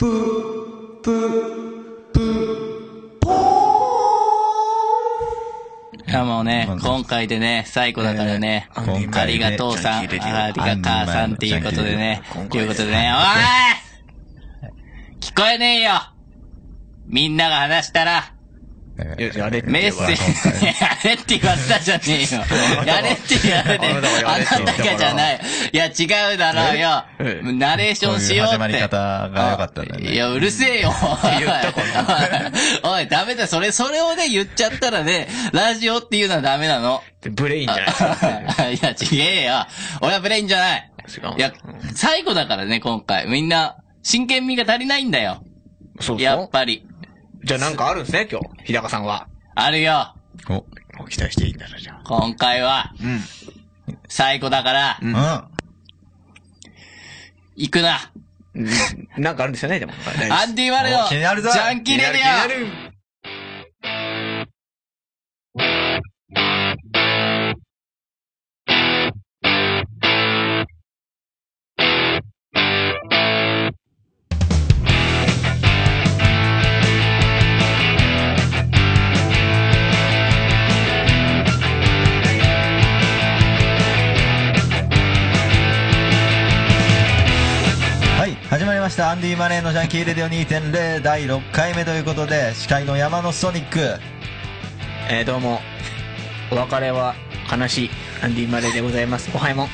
ぷ、ぷ、ぷ、ぽいやもうねまあ、今回でね、最後だからね、えー今回でねありがとうさん、あジャンキーレディオりが母さんっていうことでねジャン、キというーレディオことでね、おい聞こえねえよみんなが話したら、ーー。やれってメッセージ、やれって言われたじゃねえよ。やれって言われて、ああななたがやれって言ったたからがじゃない。いや、違うだろえうよ。ナレーションしようって。こういう始まり方が良かったんだよねいや、うるせえよ。言ったか おいおい、ダメだ。それ、それをね、言っちゃったらね、ラジオっていうのはダメなの。ブレインじゃないですか。 いや、ちげえよ。俺はブレインじゃない。違うのいや、最後だからね、今回。みんな、真剣味が足りないんだよ。そうやそっぱり。う。じゃあなんかあるんですね、今日。日高さんは。あるよ。お、お期待していいんだな、じゃあ。今回は、うん。最後だから、うん。行くな。うんなんかあるんですよね、 でも。アンディ・ワレおの、気ジになるぞャンキーレデやィるはい、始まりました。アンディ・マレーのジャンキーレディオ2.0第6回目ということで、司会の山のソニック。えー、どうも。お別れは悲しい。アンディ・マレーでございます。おはいもん。オ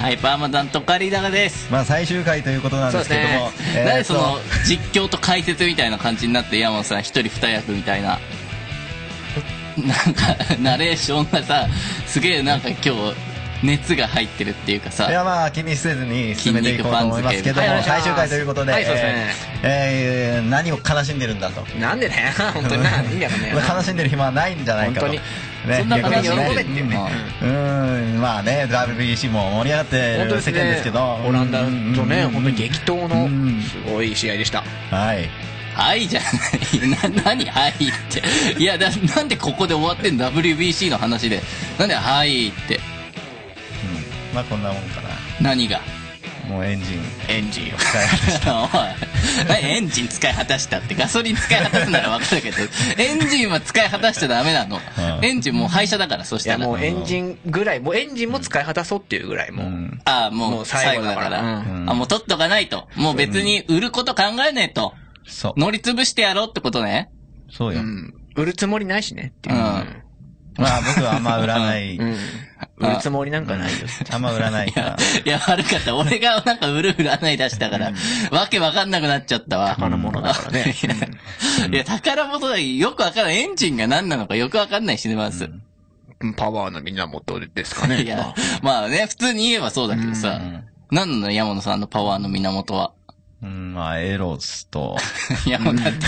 ハイパーマダントカリーダガです。まあ最終回ということなんですけども。えー何そのと実況と解説みたいな感じになって山本さん一人二役みたいななんか ナレーションがさすげえなんか今日熱が入ってるっていうかいさやまあ気にせずに進めていこうと思いますけども、筋肉ファン付け最終回ということで、はいそうですねえーえー何を悲しんでるんだと。なんでね、 本当にな。いいんだろう ね。悲しんでる暇はないんじゃないかと。本ねそんな悲しんでる逆にね喜べっていうねうんうん、まあね、WBC も盛り上がって本当るです世ね。間ですけど。オランダとね、うん本当に激闘うんの、すごい試合でした。はい。はいじゃない な何はいっていやだなんでここで終わってんの WBC の話でなんではいってうんまあこんなもんかな。何が もうエンジンエンジンを。使えおい何エンジン使い果たしたってガソリン使い果たすなら分かるけどエンジンは使い果たしちゃダメなの、うんエンジンもう廃車だからそしいたや、らもうエンジンぐらい、もうエンジンも使い果たそうっていうぐらい、もうう。んああ、ももうう最最後後だだかからら。うんあ、もう取っとかないと。もう別に売ること考えねえと。そう。乗り潰してやろうってことね。 そううよ。ん。売るつもりないしねっていうう。んまあ僕はあんま売らな い。うん。売るつもりなんかないよ って。あんま売らないから。いや、悪かった。俺がなんか売る売らない出したから、わけわかんなくなっちゃったわ。宝物だからね。いや、宝物だよくわからん。エンジンが何なのかよくわかんないしてます。うんパワーの源ですかね。いや、まあね、普通に言えばそうだけどさ。何なの山野さんのパワーの源は。うん、まあエロスと、いや、もうだって、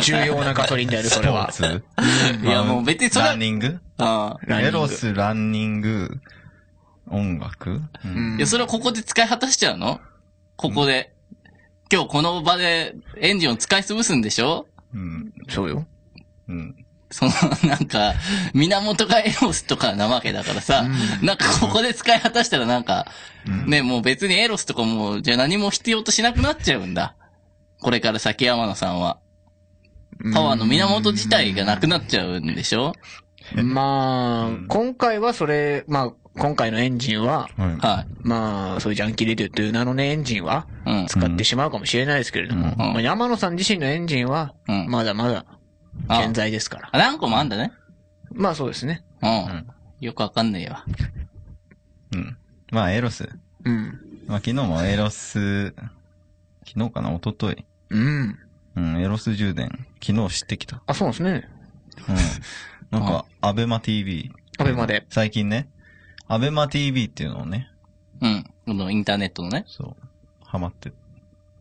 重要なガソリンである、スそポれーは。ツ。 いやもう別にそれはランニングうん。ランニングエロス、ランニング、音楽、うんうんいや、それをここで使い果たしちゃうのここで。今日この場でエンジンを使い潰すんでしょうん。そうよ。うん。その、なんか、源がエロスとかなわけだからさ、なんかここで使い果たしたらなんか、ね、もう別にエロスとかもう、じゃあ何も必要としなくなっちゃうんだ。これから先山野さんは。パワーの源自体がなくなっちゃうんでしょまあ、今回はそれ、まあ、今回のエンジンは、はいはまあ、そういうジャンキーレディオという名のね、エンジンは、い。うん。使ってしまうかもしれないですけれども、まあ山野さん自身のエンジンはうん、まだまだ、あ健在ですから。あ何個もあんだね。まあそうですね。うん。よくわかんねえわ。うん。まあエロス。うん。まあ昨日もエロス、昨日かな一昨日うん。うん、エロス充電。昨日知ってきた。あ、そうですね。うん。なんか、アベマ TV。アベマで。最近ね、アベマ TV っていうのをね、うん。このインターネットのね。そう、ハマって。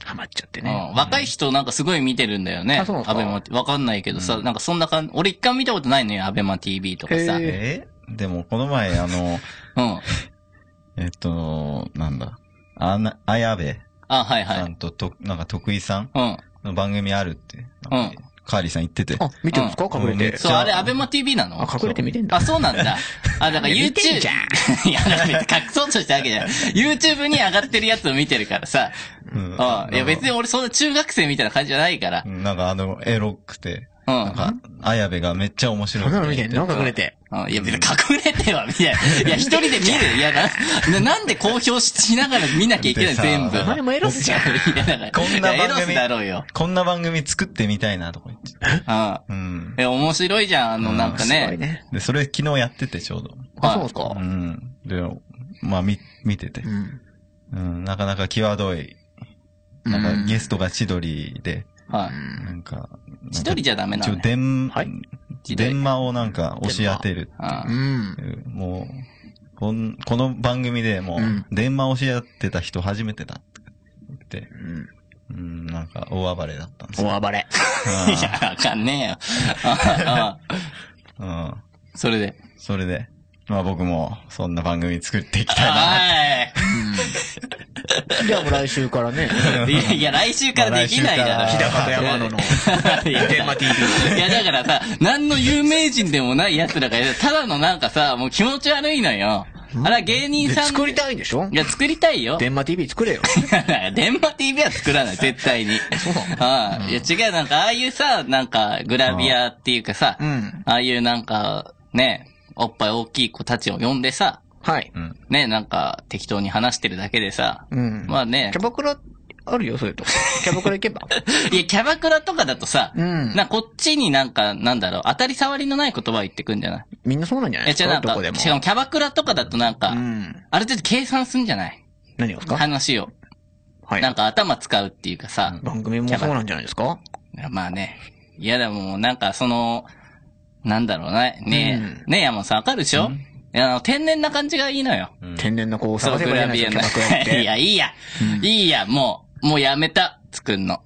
ハマっちゃってね。うん若い人なんかすごい見てるんだよね。あそうなんですかアベマってわかんないけどさ、なんかそんな感じ。俺一回見たことないのよ、アベマ TV とかさ。へえーでもこの前、あの、うん。えっと、なんだ、あな、あやべあ、はいはさい。んとと、なんか徳井さんうん。の番組あるって、なんかカーリーさん言ってて。あ、見てるんですか隠れうんて。そう、あれ、アベマ TV なのあ、隠れて見てんだ。あ、そうなんだ。あ、だからいや YouTube 見てんじゃん。 いや、だから別に隠そうとしたわけじゃない。YouTube に上がってるやつを見てるからさ。うんうん。いや、別に俺そんな中学生みたいな感じじゃないからう。んなんかあの、エロくて、うん。なんか、綾部がめっちゃ面白いそみんたないのな見てんの隠れて。うんいや、別に隠れては見ない。いや、一人で見る。いや、な、ななんで公表しながら見なきゃいけない、でさ全部。おお前もエロスじ ゃん。いやだからこんないやエ番ロス組だろうよ。こんな番組作ってみたいなとか言って。うん。うん。え、面白いじゃん、あの、なんかすごいね。ね。で、それ昨日やっててちょうど。あ、そうですかう。ん。で、まあ、み、見ててう。ん。うん、なかなか際どい。なんうかゲストが千鳥で、うはい。んなんか、なんか千鳥じゃダメな一応のね。電、はい電話をなんか押し当てる。うんうん。もう、こんこの番組でもうんう、電話押し当てた人初めてだって言って、うん。うん、なんか大暴れだったんです よ。大暴れ。 いや、あかんねえよ。 ああうん。うんそれで。それで、まあ僕も、そんな番組作っていきたいな。はうん。じゃあもう来週から ね。い。いやいや、来週からできないだまろ。あ来週から日高と山 野のいや天馬 TV いや、だからさ、何の有名人でもない奴らが、ただのなんかさ、もう気持ち悪いのよ。あら、芸人でさん。作りたいんでしょいや、作りたいよ。電話 TV 作れよ。 電話 TV は作らない、絶対に。ああ、いや、違う、なんか、ああいうさ、なんか、グラビアっていうかさ、うん。ああいうなんか、ね、おっぱい大きい子たちを呼んでさ、はい。うん。ね、なんか、適当に話してるだけでさ、うん。まあねキャ、バクラ、あるよ、そういうとこ。キャバクラ行けば。いや、キャバクラとかだとさ、うん な、こっちになんか、なんだろう、当たり障りのない言葉言ってくんじゃないみんなそうなんじゃないえ、です違う、かなんどか、こでも。しかもキャバクラとかだとなんか、うん。ある程度計算すんじゃない何がですか話を。はなんい。か頭使うっていうかさ、番組もそうなんじゃないですかまあね。いやでも、なんかその、なんだろうね。ねえ、ねえ、山本さんわかるでしょ、いやあの天然な感じがいいのよ。うん天然の子をそ探う、せグばいいラんビですアよ、のキャバクラ行って。 いや、いいや。いいや、もう、もうやめた。作んの。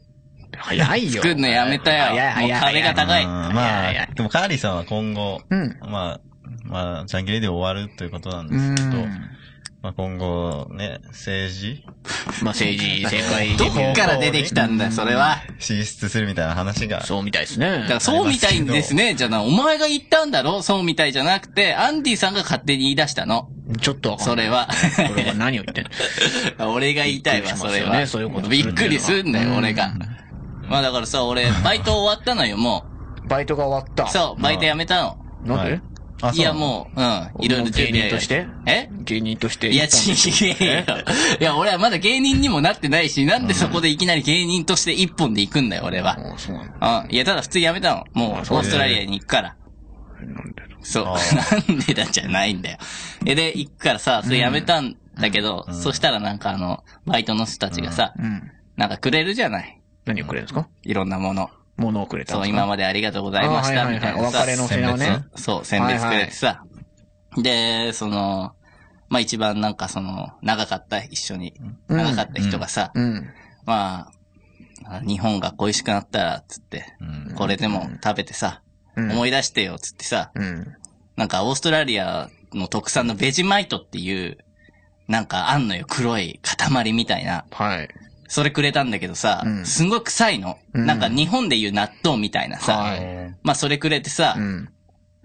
早いよ。作んのやめたよ。早い早いもう早壁い。が高い。うんいまやいやあ、でもカーリーさんは今後、うん。まあ、まあ、ジャンギレで終わるということなんうですけど、ん。まあ今後、ね、政治まあ政治、政界どデビュっー、から出てきたんだよ、それは。進出するみたいな話が。そうみたいですだねか。らそうみたいんですね。じゃあな、お前が言ったんだろそうみたいじゃなくて、アンディさんが勝手に言い出したの。ちょっとわかそんないれは。これは何を言ってんの 俺が言いたいわ、それは。びっくりしますよねそういうことすびるっんだくよりすんだよ、俺が。まあだからさ、俺、バイト終わったのよ、もバイトが終わった。う。そう、バイト辞めたの。う。なんで、はいあいや、う。もう、うん、いろいろ準備もう芸人としてえ芸人として。いや、ちげえよ。いや、俺はまだ芸人にもなってないし、なんでそこでいきなり芸人として一本で行くんだよ、俺は。ああ、そうなんだ。うん。いや、ただ普通に辞めたの。もう、オあそうーストラリアに行くから。なんでそう。あなんでだじゃないんだよ。え、で、行くからさ、それ辞めたんだけど、そしたらなんかあの、バイトの人たちがさ、うん。なんかくれるじゃない。何をくれるんですかいろんなもの。物をくれたんそですう、今かまでありがとうございましあた、はいはみいたはいいなおさ。別れのお世話をね。そう、選別くれてさ。で、その、まあ一番なんかその、長かった、一緒に、うん長かった人がさ、うん。まあ、日本が恋しくなったら、つって、うんこれでも食べてさ、うん思い出してよ、つってさ、うん。なんかオーストラリアの特産のベジマイトっていう、なんかあんのよ、黒い塊みたいな。はい。それくれたんだけどさ、うんすんごい臭いの。うんなんか日本でいう納豆みたいなさ、はまあそれくれてさ、うん。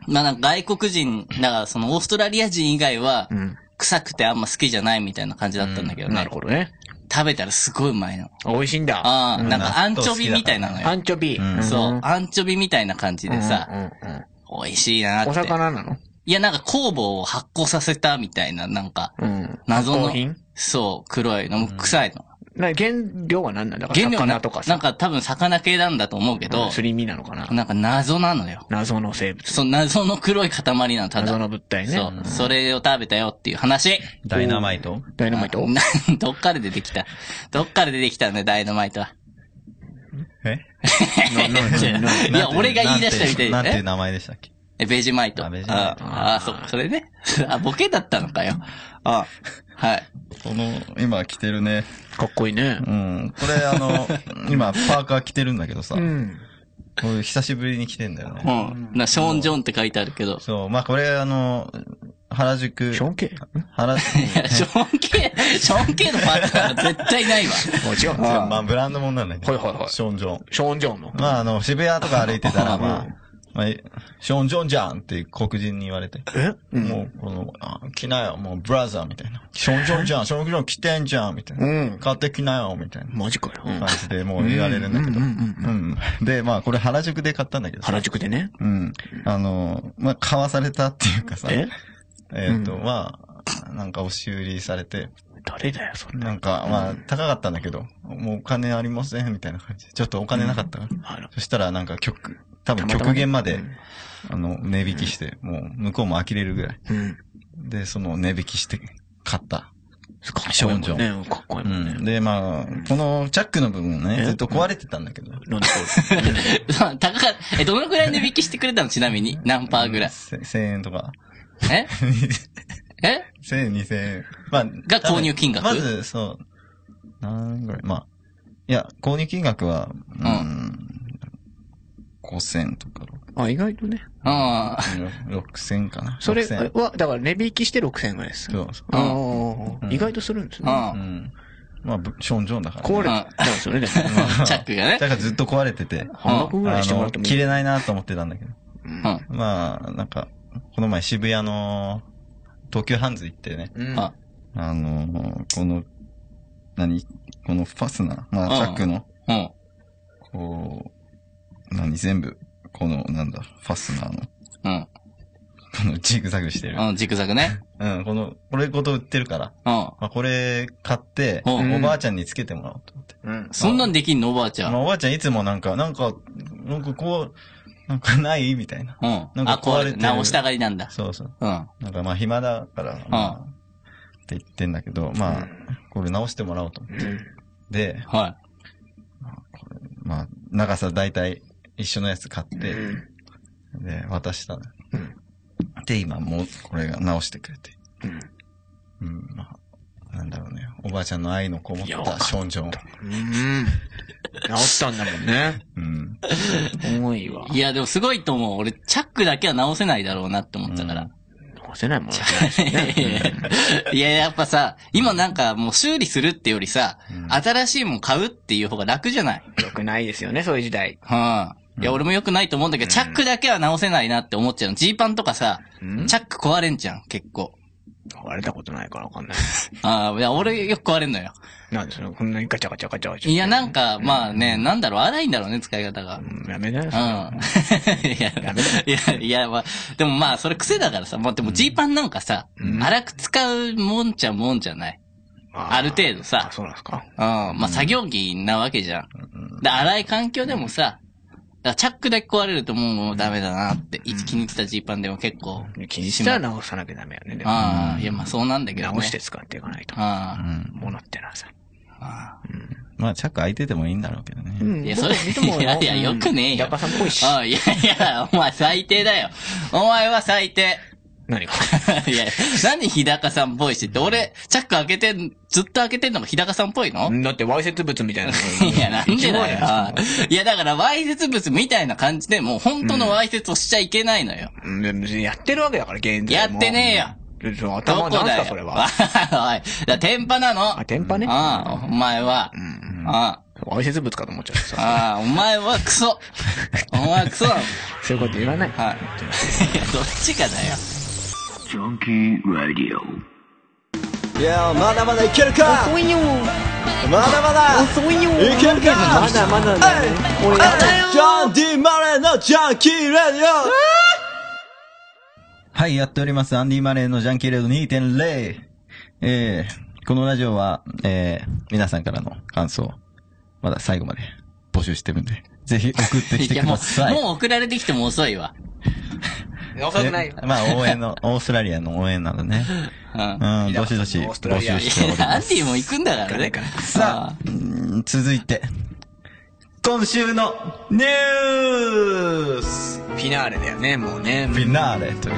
まあなんか外国人、だからそのオーストラリア人以外はう、ん。臭くてあんま好きじゃないみたいな感じだったんだけどね。なるほどね。食べたらすごいうまいの。美味しいんだ。ああ、うんなんかアンチョビみたいなのアよ。ンチョビ。うんんそう、アンチョビみたいな感じでうさ、んうんうん美味しいなおって。魚なのいや、なんか酵母を発酵させたみたいな、なんか、うん。謎の発酵品そう、黒いの、もう臭いの。な原料は何なんだから原料魚なとかなさん。か多分魚系なんだと思うけどす、り身なのかななんか謎なのよ。謎の生物。その謎の黒い塊なの、た謎だ。の物体ね。そう、それを食べたよっていう話。ダイナマイトダイナマイトな どっから出てきたどっから出てきたんだよ、ダイナマイトは。え い や、俺が言い出したみたいななんていう名前でしたっけえ、ベジマイト。ああベジマイあトあ、そう、それね。 あ、ボケだったのかよ。あはい。この、今着てるね。かっこいいねう。ん。これあ の、今パーカー着てるんだけどさ、うん。これ久しぶりに着てんだようね。ん。な、ショーン・ジョンって書いてあるけど。そう、まあこれあの、原宿シ、ョーン系原宿、いや、ショーン K、ショーン K のパートナーは絶対ないわ。もう違う。まあブランドもんなんだけど、はいはいはいショーン・ジョン。ショーン・ジョーンの。まああの、渋谷とか歩いてたら、まあままあ、まあ、ショーン・ジョンじゃんって黒人に言われて、えうん。もう、この、あ着なよ、もう、ブラザーみたいな。ショーン・ジョンじゃん、ショーン・ジョン着てんじゃん、みたいな。うん買ってきなよ、みたいなマジかよ。うん感じで、もう言われるんだけど。うんうんうん。で、まあ、これ原宿で買ったんだけどさ。原宿でね。うん。あの、まあ、買わされたっていうかさ。ええっと、まあ、なんか押し売りされて、誰だよ、そんな。なんか、まあ、高かったんだけど、もうお金ありません、みたいな感じで。ちょっとお金なかったから。あらそしたら、なんか曲、多分たまたま極限までうん、あの、値引きして、もう、向こうも呆れるぐらい。うん。で、その値引きして、買った。かっこいいもんね。かっこいいうもんね。ん。で、まあ、このチャックの部分ね、えずっと壊れてたんだけど。なんでこれ。 高か、え、どのくらい値引きしてくれたのちなみに。何パーぐらい。せ1000円とか。 ええ1000円、2000円。まあ、が購入金額まず、そう。なんぐらいまあ、いや、購入金額は、う、うん5000とか、 あ、意外とね。ああ。 6000かな。それ6000は、だから値引きして6000円ぐらいです。そうそう。ああ、意外とするんですね。う。うんん。まあ、ぶショーン・ジョンだからね、壊れうんた。だからそれで。チャックがだね。からずっと壊れてて、半額ぐらいにしてもらの、ってもいい切。れないなと思ってたんだけど。うん。あまあ、なんか、この前渋谷の東急ハンズ行ってね、うんああの、この、何このファスナー、まあ、チうんャックの、うん。こう、何全部、この、なんだ、ファスナーの、こうん。のジグザグしてる。うん、ジグザグね。うん、この、これごと売ってるから、うん。まあ、これ買って、うんおばあちゃんにつけてもらおうと思って。うん。そんなんできんのおばあちゃまあ、ん。おばあちゃんいつもなんか、なんか、なんかこう、なんかないみたいな。うん。なんあか、こ壊れてう、る直したがりなんだ。そうそう。うん。なんかまあ暇だから、まあ、って言ってんだけど、まあ、これ直してもらおうと思って。で、はまあ、長さ大体一緒のやつ買って、うんで、渡したのようんで、今もうこれが直してくれて。うんうん、まあ、なんだろうね。おばあちゃんの愛のこもっいやわかった症状。うん。治ったんだもんね。うん。重いわい。いや、でもすごいと思う。俺、チャックだけは直せないだろうなって思ったから。直せないもんね。 いや、やっぱさ、今なんかもう修理するってよりさ、うん新しいもん買うっていう方が楽じゃない良くないですよね、そういう時代。うん。いや、俺も良くないと思うんだけど、チャックだけは直せないなって思っちゃうの。ジーパンとかさ、うんチャック壊れんじゃん、結構。壊れたことないからわかんない。ああ、いや、俺よく壊れんのよ。なんでその、こんなにガチャガチャガチャガチャ。いや、なんか、まあね、なんだろう、荒いんだろうね、使い方が。うん、やめなよ。うん。 いや、いや、いや、まあ、でもまあ、それ癖だからさ、まあでもジーパンなんかさ、荒く使うもんちゃもんじゃない。あある程度あ、さ、そうなんですか。うん、まあ作業着なわけじゃん。で、荒い環境でもさ、だからチャックだけ壊れるともうダメだなって、いつ気に入ってたジーパンでも結構。気にしたら直さなきゃダメよね。でもああ、いや、まあそうなんだけどね。直して使っていかないと。あものってのはさ。あ。まあ、チャック開いててもいいんだろうけどね。うんいや、それ、いやいや、よくねえよ。さんっぽいし。ああ、いやいや、お前最低だよ。お前は最低。 何か。いや、何日高さんっぽいしって、俺、チャック開けてん、ずっと開けてんのが日高さんっぽいの だって、わいせつ物みたいな。いや、なんでだよ一番や。いや、だから、わいせつ物みたいな感じで、もう本当のわいせつをしちゃいけないのよ。うんでも別にやってるわけだから、現在も。やってねえよで。そのど頭こなんすだよ。か、それは。 おい、だ天パなの。あ、天パね。ああ、お前は。あわいせつ物かと思っちゃったあ、。ああ、お前はクソ。お前はクソなの。そういうこと言わない。 はい。いや、どっちかだよ。いやーまだまだいけるか遅いよまだまだ遅いよいけるかまだまだだね俺やだよジャンディ・マレーのジャンキー・レディオはい、やっております。アンディ・マレーのジャンキーレード2.0。えー、このラジオは、えー、皆さんからの感想、まだ最後まで募集してるんで、ぜひ送ってきいてや、くもださう、い。もう送られてきても遅いわ。遅くないえまあ、応援の、オーストラリアの応援なのね。 うん。うん、どしどしオーストラ募リア集いしておりや、アまンす。ディも行くんだからね。さあ、うん続いて、今週のニュースフィナーレだよね、もうね。フィナーレという。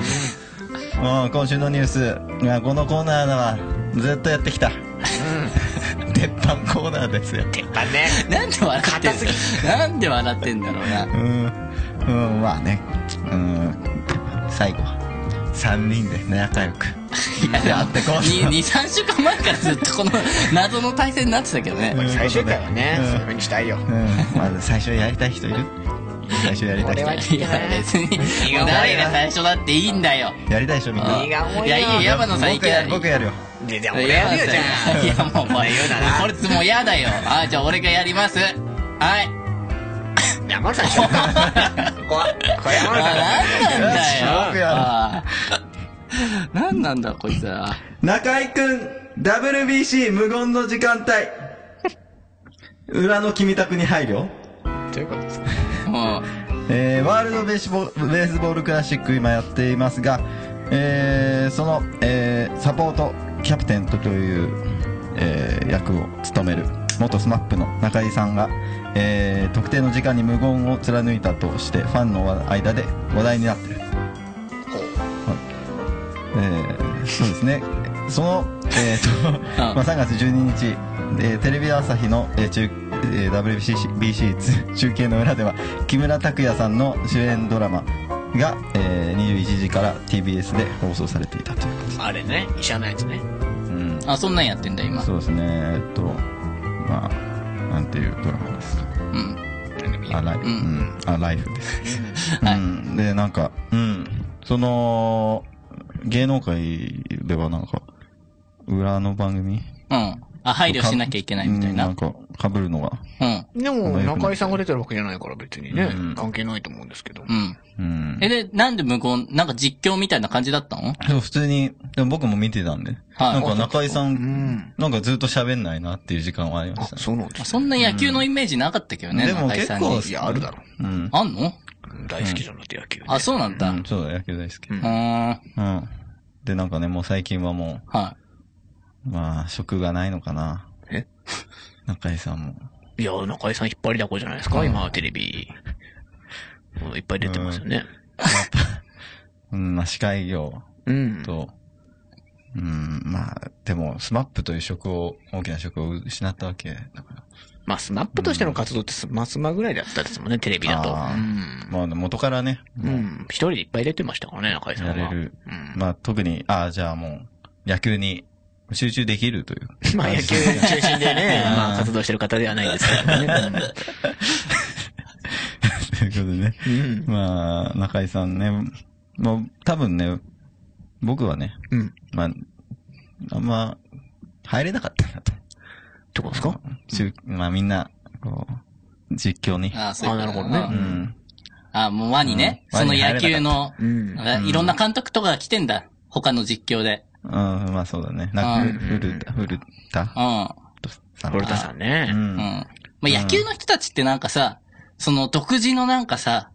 もう今週のニュース、いやこのコーナーはずっとやってきた。鉄板コーナーですよ。鉄板ね。なんで笑ってんだなんで笑ってんだろうな。うん、うん、まあね、うん、最後、 3人で仲良く。いややってこう2、3週間前からずっとこの謎の対戦になってたけどね。最終回はね、そういう風にしたいよ。うん。まず最初やりたい人いる最初やりたい俺人は。いや、別に、誰が最初だっていいんだよ。やりたい人みんな。いいが重いいよや、いいよ、山野さんい僕きやなるり。僕やるよ。で、じゃあい俺ややるよ、じゃあ。いや、もう、これ言うならこいつもう嫌だよ。あ、じゃあ俺がやります。はい。山田さん しようか。ここは、これあ、山田さん。なんなんだよ。よくやるあーなんなんだ、こいつら。中井くん、WBC 無言の時間帯。裏の君宅に配慮ということです。もう、えー、ワールドベースボベースボールクラシック今やっていますが、えー、その、えー、サポートキャプテンとという、えー、役を務める元スマップの中井さんが、えー、特定の時間に無言を貫いたとしてファンの間で話題になってる、はいえー、そうですねその、えー、とまあ3月12日、えーテレビ朝日の、えー中えー WBC つ中継の裏では木村拓哉さんの主演ドラマが、えー21時から TBS で放送されていたということです、あれね、医者のやつね。うん、あ、そんなんやってんだ、今。そうですねえっとまあなんていうドラマですかうん。あライフ、ううんん、あライフです、 はいうん、でなんか、うん、その芸能界ではなんか裏の番組うん。あ、配慮しなきゃいけないみたいうんな。なんか被るのがうん。でも、中井さんが出てるわけじゃないから別にね、関係ないと思うんですけど。うん。うんえ、で、なんで無言、なんか実況みたいな感じだったのでも普通に、でも僕も見てたんで。はいなんか中井さん、んなんかずっと喋んないなっていう時間はありまあした、ね。そうなんであすそんな野球のイメージなかったけどね、でも中井さん結構に好い。や、あるだろ。うん。あんの大好きじゃなくて野球。あ、そうなんだ。ううんん。そうだ、野球大好き。ううんん。はで、なんかね、もう最近はもう、まあ、職がないのかな。え中井さんも。いや、中井さん引っ張りだこじゃないですか、今、テレビ。もういっぱい出てますよね。うん、まあ、司会業うん。と、うん、まあ、でも、スマップという職を、大きな職を失ったわけだから。まあ、スマップとしての活動ってスマスマぐらいだったですもんね、テレビだと。あーうん。まあ、元からね、う。もうん一人でいっぱい出てましたからね、中井さんやは。れる。うん。まあ特に、ああ、じゃあもう、野球に集中できるという。まあ、野球中心でね、うん まあ、活動してる方ではないですけどね。ということで ね。うん。まあ、中井さんね、もう多分ね、僕はね、うん。っまあ、あんま、入れなかったなと。てことですか中まあみんな、こう、実況にい。。あー、そういうことあなるほどねううんん。あ、もう輪にね、うんその野球の、うん。あいろんな監督とかが来てんだ。他の実況で。うん、まあそうだね。なんか、うん古田、古田うん。さん。古田さんね。ううんん。まあ、野球の人たちってなんかさ、その独自のなんかさ、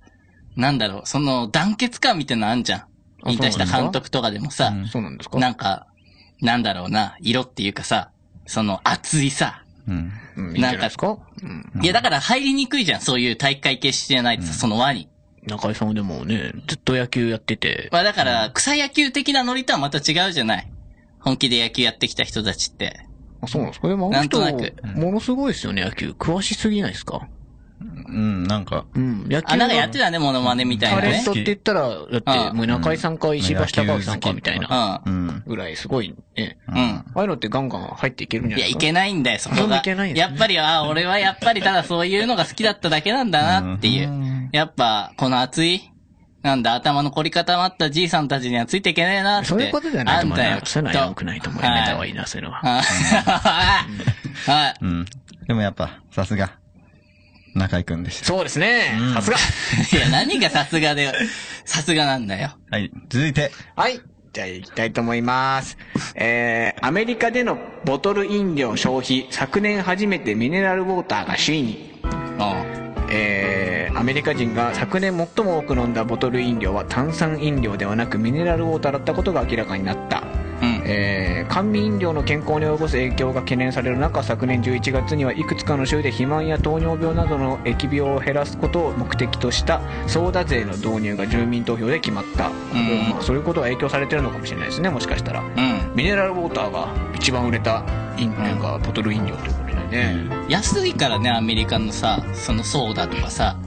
なんだろう、その団結感みたいなのあんじゃん。あ引退したそうなんだ監督とかでもさ、うんそうなんですかなんか、なんだろうな、色っていうかさ、その熱いさ。うん。うん、いいんじゃないですかうん。いや、だから入りにくいじゃん、そういう大会系してないとさ、その輪に。中井さんはでもね、ずっと野球やってて。まあだから、草野球的なノリとはまた違うじゃない。本気で野球やってきた人たちって。あそうなんですかでもあなのんと人なく、ものすごいですよね、野球。詳しすぎないですかうん、なんか、うん。野球あ、のなんかやってたね、モノマネみたいタなレねン。トって言ったら、だって、うんもう中井さんか石橋貴明さんかみたいうな、ん。うん。。ぐらいすごいね。うん。ああいうのってガンガン入っていけるんじゃいなや、いいですかけないんだよ、そこそんなが。いけないんですやねっぱり、ああ、俺はやっぱりただそういうのが好きだっただけなんだなっていううんやっぱ、この熱い、なんだ、頭の凝り固まったじいさんたちにはついていけねえなって。そういうことじゃないと思うあんたよよ。そういうのは良くないと思うよ。やめた方がいいい。な、そういうのは。 はい。はい。うん。でもやっぱ、さすが、中井くんでした。そうですね。さすが。いや、何がさすがで、さすがなんだよ。はい、続いて、はい。じゃあ行きたいと思います。えー、アメリカでのボトル飲料消費、昨年初めてミネラルウォーターが首位に。うん。えー、アメリカ人が昨年最も多く飲んだボトル飲料は炭酸飲料ではなくミネラルウォーターだったことが明らかになった。うん。えー甘味飲料の健康に及ぼす影響が懸念される中昨年11月にはいくつかの州で肥満や糖尿病などの疫病を減らすことを目的としたソーダ税の導入が住民投票で決まった、んまあそういうことが影響されてるのかもしれないですねもしかしたらうん。ミネラルウォーターが一番売れた飲なんかボトル飲料ということでね、安いからね、アメリカのさ、そのソーダとかさ、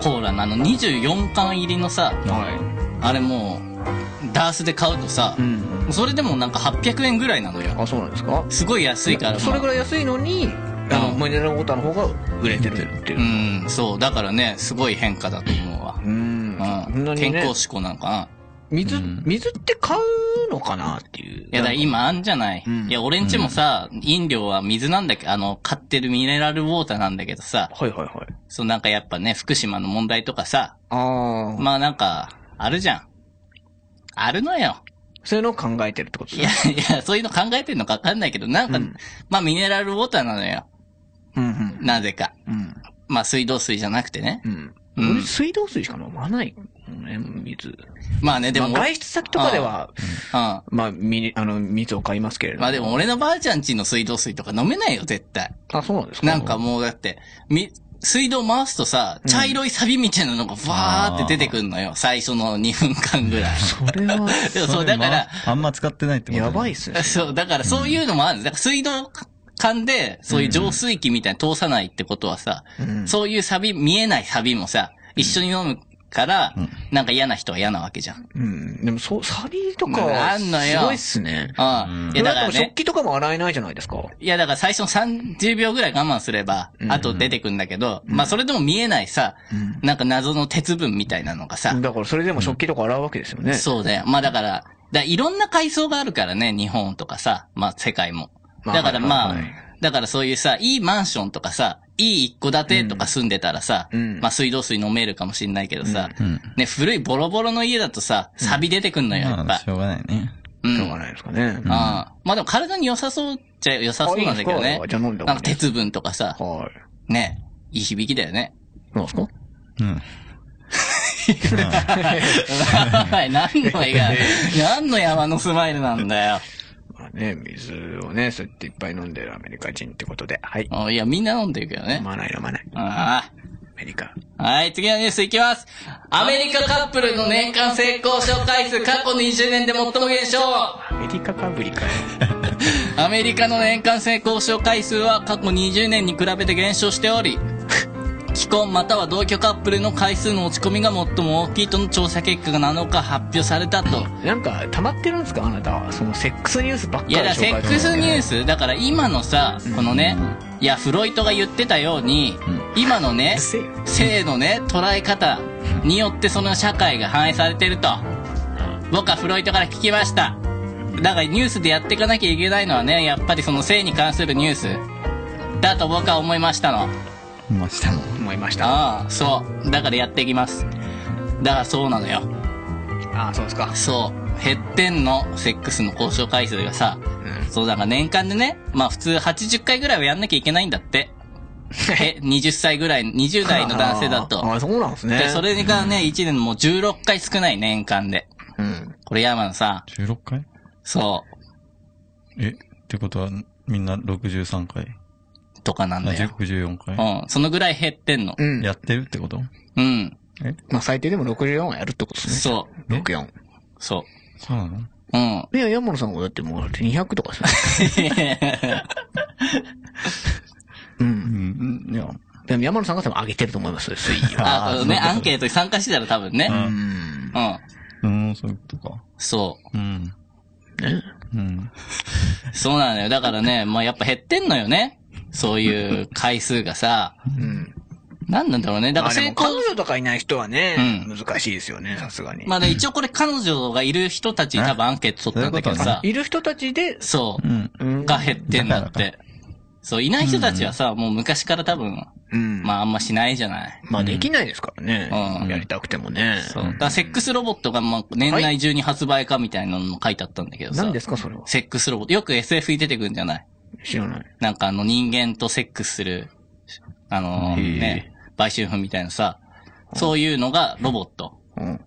コーラのあの24缶入りのさ、はいあれもう、ャースで買うとさ、んそれでもなんか800円ぐらいなのよ。あそうなんですかすごい安いから。それぐらい安いのにあのうん、ミネラルウォーターの方が売れてるっていううんそう。だからね、すごい変化だと思ううわ。んそんう。なんに健ね康志向なんかな。水水って買うのかなっていういや、だから今あんじゃない。うんいや、俺んちもさ、飲料は水なんだけど、あの、買ってるミネラルウォーターなんだけどさ、はいはいはいそうなんかやっぱね、福島の問題とかさ、ああまあなんか、あるじゃん。あるのよ。そういうのを考えてるってこといでやすね、いや、そういうの考えてんのかわかんないけど、なんか、うんまあミネラルウォーターなのよ。うんうんなぜか。うんまあ水道水じゃなくてね。うんうん俺水道水しか飲まないもんね、水。まあね、でも、まあ外出先とかでは、うん。まあ、ミニあの、水を買いますけれどまあでも俺のばあちゃんちの水道水とか飲めないよ、絶対。あ、そうなんですかなんかもうだって、み、水道回すとさ、茶色いサビみたいなのがバーって出てくるのよ。最初の2分間ぐら い。それは、でもそう、だから、まああんま使ってないってことやばいっすね。 そう、だからそういうのもあるんです。だから水道管で、そういう浄水器みたいに通さないってことはさ、うんそういうサビ、見えないサビもさ、一緒に飲むから、なんか嫌な人は嫌なわけじゃん。うん。でも、そう、サビとかまあは、あんすのよごいっすね。ああいや、だからでも食ね。器とかも洗えないじゃないですか。いや、だから最初の30秒ぐらい我慢すれば、あと出てくんだけど、まあそれでも見えないさ、なんか謎の鉄分みたいなのがさ、だから、それでも食器とか洗うわけですよね。そうだよ。まあだから、だからいろんな階層があるからね、日本とかさ、まあ世界も。まあだからまあ、はいはいはいだからそういうさ、いいマンションとかさ、いい一戸建てとか住んでたらさ、うんまあ水道水飲めるかもしんないけどさ、んね、古いボロボロの家だとさ、サビ出てくんのよ、やっまあ、ぱし。ょうがないね。うん。しょうがないですかね。うんまあでも体に良さそうっちゃ良さそうなんだけどあいいんねす。かじゃあ飲んだな方がんかいいです鉄分とかさ、はい。ね、いい響きだよね。なんですかうん。はい 何の映画、何の山のスマイルなんだよ。まあね、水をね、そうやっていっぱい飲んでるアメリカ人ってことで。はい。あいや、みんな飲んでるけどね飲。まない飲まない。あアメリカ。あ。はい、次のニュースいきます。アメリカカップルの年間成功紹介数過去20年で最も減少。アメリカ かぶりかよ。アメリカの年間成功紹介数は過去20年に比べて減少しており、 既婚または同居カップルの回数の落ち込みが最も大きいとの調査結果が7日発表されたと。なんか、溜まってるんですかあなたは。そのセックスニュースばっかいりや、だから紹介セックスニュース。ス、だから今のさ、このね、いや、フロイトが言ってたように、今のうねる、 せえよ性のね、捉え方によってその社会が反映されてると。僕はフロイトから聞きました。だからニュースでやっていかなきゃいけないのはね、やっぱりその性に関するニュースだと僕は思いましたの。まあ、したの。思いました。あああ、そう。だからやっていきます。だからそうなのよ。あ、そうですか。そう。減ってんの、セックスの交渉回数がさ。そう、だから年間でね、まあ普通80回ぐらいはやんなきゃいけないんだ って。え、20歳ぐらい、20代の男性だと。ああ、そうなんですね。で、それがね、1年もう16回少ない、年間で。うん。これ山野さん、 16回そえってことは、みんな63回う、とかなんあ、だよ。 64回うん、そのぐらい減ってんの。うん。やってるってことうん、まあ、最低でも64はやるってことですね。そう、 64。そそうなのう、 ういん。や、山野さんはだってもうだって200とか ですね。うん。うん、いや、でも山野さんが多分上げてると思います、水位は。 あ、このね、アンケートに参加してたら多分ね。う。うんうん、うん、そういうことか。そうん。ねうん。う、そうなのよ。だからね、まあやっぱ減ってんのよね。そういう回数がさ。うん。なんなんだろうね。だだかからら成で功も、彼女とかいない人はね、う難しいですよね、さすがに。まあね、一応これ彼女がいる人たちに多分アンケート取ったんだけどさ。いる人たちで、そうう。ん。うんが減ってんだっだて。そう、いない人たちはさ、もう昔から多分、うん。まああんましないじゃない。まあできないですからね。うんやりたくてもね。そう。だからセックスロボットがまあ年内中に発売かみたいなのも書いてあったんだけどさ。何ですか、それは。セックスロボット。よく SF に出てくるんじゃない知らない。なんかあの人間とセックスする、あのへえね、売春婦みたいなさ、そういうのがロボットうん。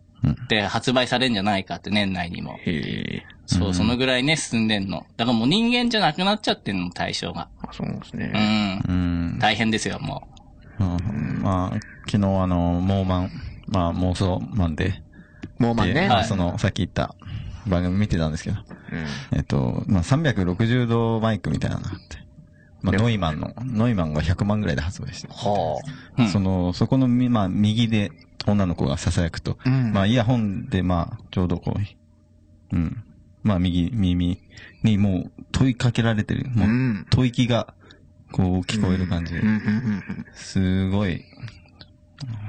で発売されんじゃないかって年内にも。へえ。そう、そのぐらいね、進んでんの。だからもう人間じゃなくなっちゃってんの、対象が。あ、そうなんですうね。ん。うん。大変ですよ、もうんまあ、昨日あの、モーマン、まあ妄想マンで、もうまあでね。まあはいその、さっき言った番組見てたんですけど、うんえっと、まあ360度マイクみたいなのがあって、まあノイマンの、ノイマンが100万ぐらいで発売して、はう。うんその、そこのみ、まあ右で女の子が囁くと、うんまあイヤホンでまあ、ちょうどこう、うん。まあ、右耳にもう問いかけられてる。もうんう、吐息が、こう、聞こえる感じ。うんうんうんすごい、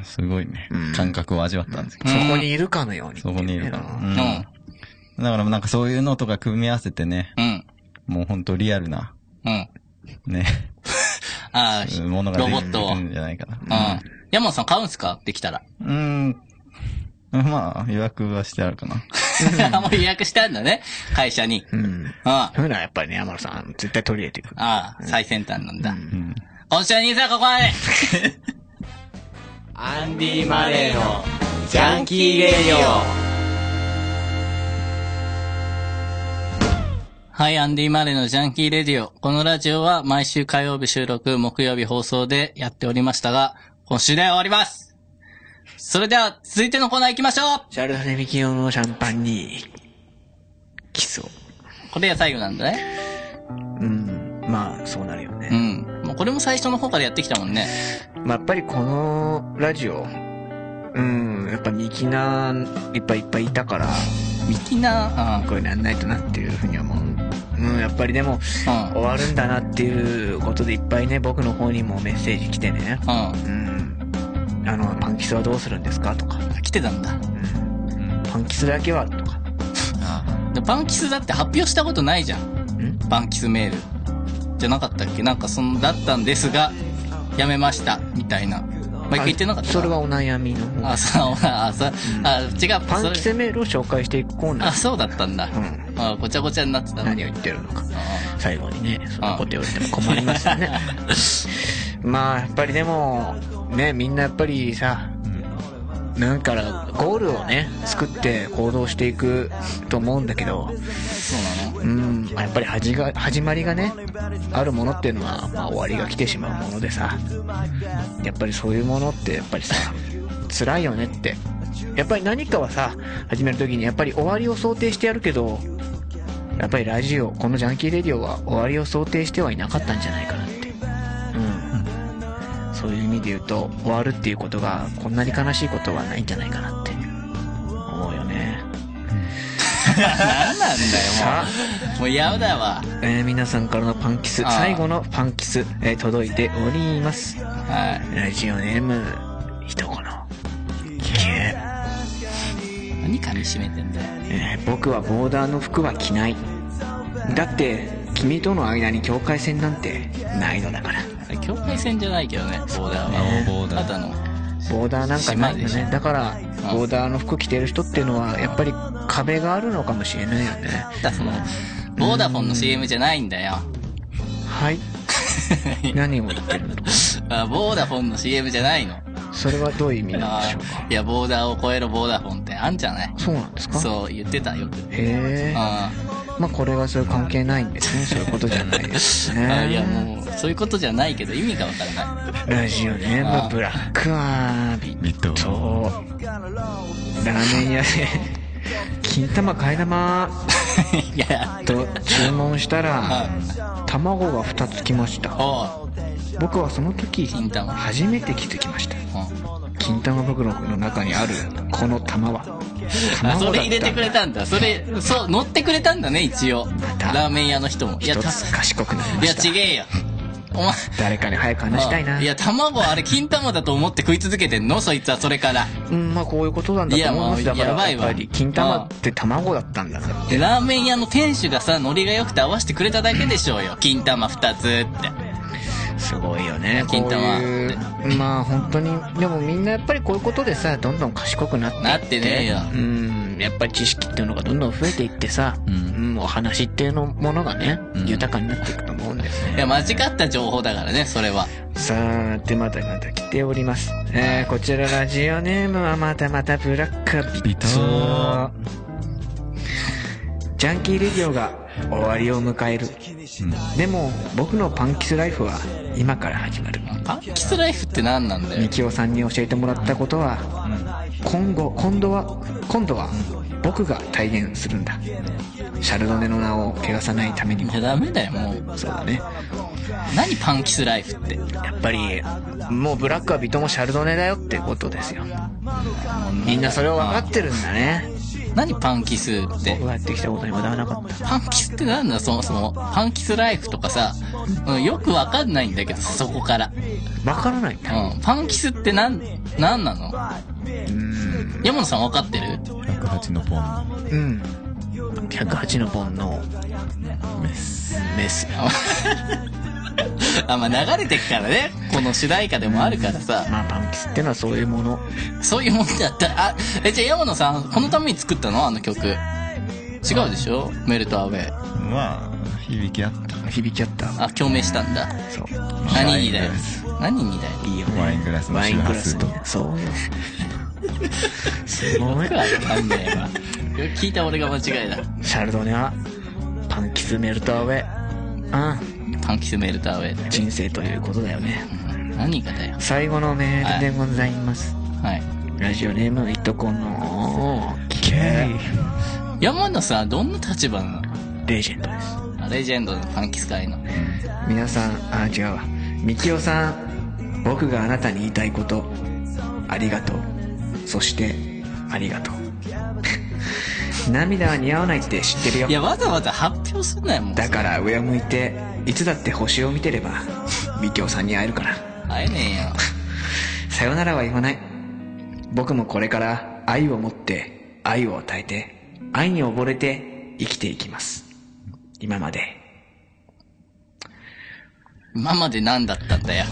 すごいねうん、感覚を味わったんですけうんそこにいるかのように。ど、そこにいるかな。うんうん。だからなんかそういうのとか組み合わせてね、うん。もうほんとリアルな、うん。ね、ああ、ものがロでボきッてトを。うくるん。んじゃないかな。山本さん買うんすかでき たら。うん。まあ、予約はしてあるかな。もう予約したんだね。会社に。うん。あそういうのはやっぱりね、山野さん、絶対取り入れていく。ああ、最先端なんだ。うん。今週のニュースはここまで アンディ・マレーのジャンキー・レディオはい、アンディ・マレーのジャンキー・レディオ。このラジオは毎週火曜日収録、木曜日放送でやっておりましたが、今週で終わりますそれでは、続いてのコーナー行きましょうシャルダネミキ用のシャンパンに、キスを。これが最後なんだね。うん。まあ、そうなるようね。ん。もうこれも最初の方からやってきたもんね。まあ、やっぱりこのラジオ、うん、やっぱミキナーいっぱいいっぱいいたから、ミキナこういうのやんないとなっていうふうには思う。うん、やっぱりでも、うん終わるんだなっていうことでいっぱいね、僕の方にもメッセージ来てね。うん。ううん。あの、パンキスはどうするんですかとか、ん。来てたんだ。うん、パンキスだけはとか。でバンキスだって発表したことないじゃんん。バンキスメール。じゃなかったっけなんかその、だったんですが、やめました、みたいな。毎回言ってなかったあそれはお悩みの方あ、そう、あ、そう、あ、違う、パそンれキスメールを紹介していくコーナー。あ、そうだったんだ。んあ、ごちゃごちゃになってたの何に。を言ってるのか。あ最後にね、そんなこと言われても困りますよね。 まあ、やっぱりでも、ね、みんなやっぱりさ、なんかゴールをね、作って行動していくと思うんだけど、そうなのうん、まあやっぱり始が始まりがね、あるものっていうのは、まあ、終わりが来てしまうものでさ、やっぱりそういうものって、やっぱりさ、辛いよねって。やっぱり何かはさ、始めるときに、やっぱり終わりを想定してやるけど、やっぱりラジオ、このジャンキーレディオは終わりを想定してはいなかったんじゃないかなって。うん。そういう意味で言うと、終わるっていうことが、こんなに悲しいことはないんじゃないかなって、思うよね。何なんだよ、さあ、もう。もうやだわ。えー皆さんからのパンキス、あー最後のパンキス、えー届いております。はラジオネーム、ひとこの、きゅうい。何噛み締めてんだよ。えー僕はボーダーの服は着ない。だって、君との間に境界線なんてないのだから。境界線じゃないけどね、ボーダーねは。ボーダーただの。ボーダーなんかないよ島でね。だから、ボーダーの服着てる人っていうのは、やっぱり壁があるのかもしれないよね。ただその、ボーダフォンの CM じゃないんだよ。 はい。何を言ってるのあボーダフォンの CM じゃないの。それはどういう意味なんあでしょうか ーいや、ボーダーを超えるボーダフォンってあんじゃないそうなんですかそう、言ってたよく。へえ。あまあこれはそういう関係ないんですね。 そういうことじゃないですーあー、ね。いや、もう、そういうことじゃないけど、意味がわからない。ラジオネーあムブラックアービミッド。と、ラーメン屋で、金玉替え玉い や、と注文したら、卵が2つ来ました。おう、僕はその時、金玉初めて気づきました。うん金玉袋の中にある、この玉は。あ、卵だったそれ入れてくれたんだ。それ、そう、乗ってくれたんだね、一応。たラーメン屋の人も。いや、一たつ賢くなりまいや、した。ちげえよ。お前、誰かに早く話したいな。いや、卵あれ、金玉だと思って食い続けてんのそいつはそれから。うん、まあこういうことなんだと思います。いやだもうかやばら、いやっわぱり、金玉って卵だったんだから。で、ラーメン屋の店主がさ、ノリが良くて合わせてくれただけでしょうよ。金玉二つって。すごいよね金玉こういうまあ本当にでもみんなやっぱりこういうことでさどんどん賢くなっていなってねえようんやっぱり知識っていうのがどんどん増えていってさ、うんんお話っていうのものがね、ん豊かになっていくと思うんですいねや、間違った情報だからね、それは。さあでまたまた来ております、えー、こちらラジオネームはまたまたブラックビットジャンキーレディオが終わりを迎える、でも僕のパンキスライフは今から始まる、パンキスライフって何なんだみよ。きおさんに教えてもらったことは、今後今度は今度は僕が体現するんだシャルドネの名を汚さないためにもいや、ダメだよ、もう。そうだね何パンキスライフって。もやっぱりもうブラックはビトもシャルドネだよってことですようみんなそれを分かってるんだね何パンキスってう。わやってきたことに無駄はなかったパンキスってなんだそもそも。パンキスライフとかさ、うんよくわかんないんだけどさ、そこから。わからないんだうん。パンキスってなん、なんなの山野さんわかってる108のポンうん108の盆のメス。メスあ、まあ流れてっからね。この主題歌でもあるからさ。まあパンキスってのはそういうものそういうもんだったら、あ、え、じゃあ山野さん、このために作ったのあの曲。違うでしょメルトアウェイ。まあ、響きあった。響き合ったあ、共鳴したんだ。そう何にだよワイング何ラス。にだよ。いいよワイングラスのワイングラス周と波そうよすごいよくわかんねえわ。聞いた俺が間違いだ。 シャルドネはパンキスメルトアウェイうんパンキスメルトアウェイだよ。人生ということだよね何がだよ。最後のメールでございます、はい。ラジオネームいとこのケイ。山野さん、どんな立場なのレジェンドですあレジェンドのパンキス界の。皆さんあ違うわみきおさん僕があなたに言いたいことありがとうそしてありがとう 涙は似合わないって知ってるよいや、わざわざ発表すんなよ、もう。だから上を向いていつだって星を見てれ ばみきおさんに会えるから会えねえよ。さよならは言わない僕もこれから愛を持って愛を与えて愛に溺れて生きていきます今まで今まで何だったんだよ。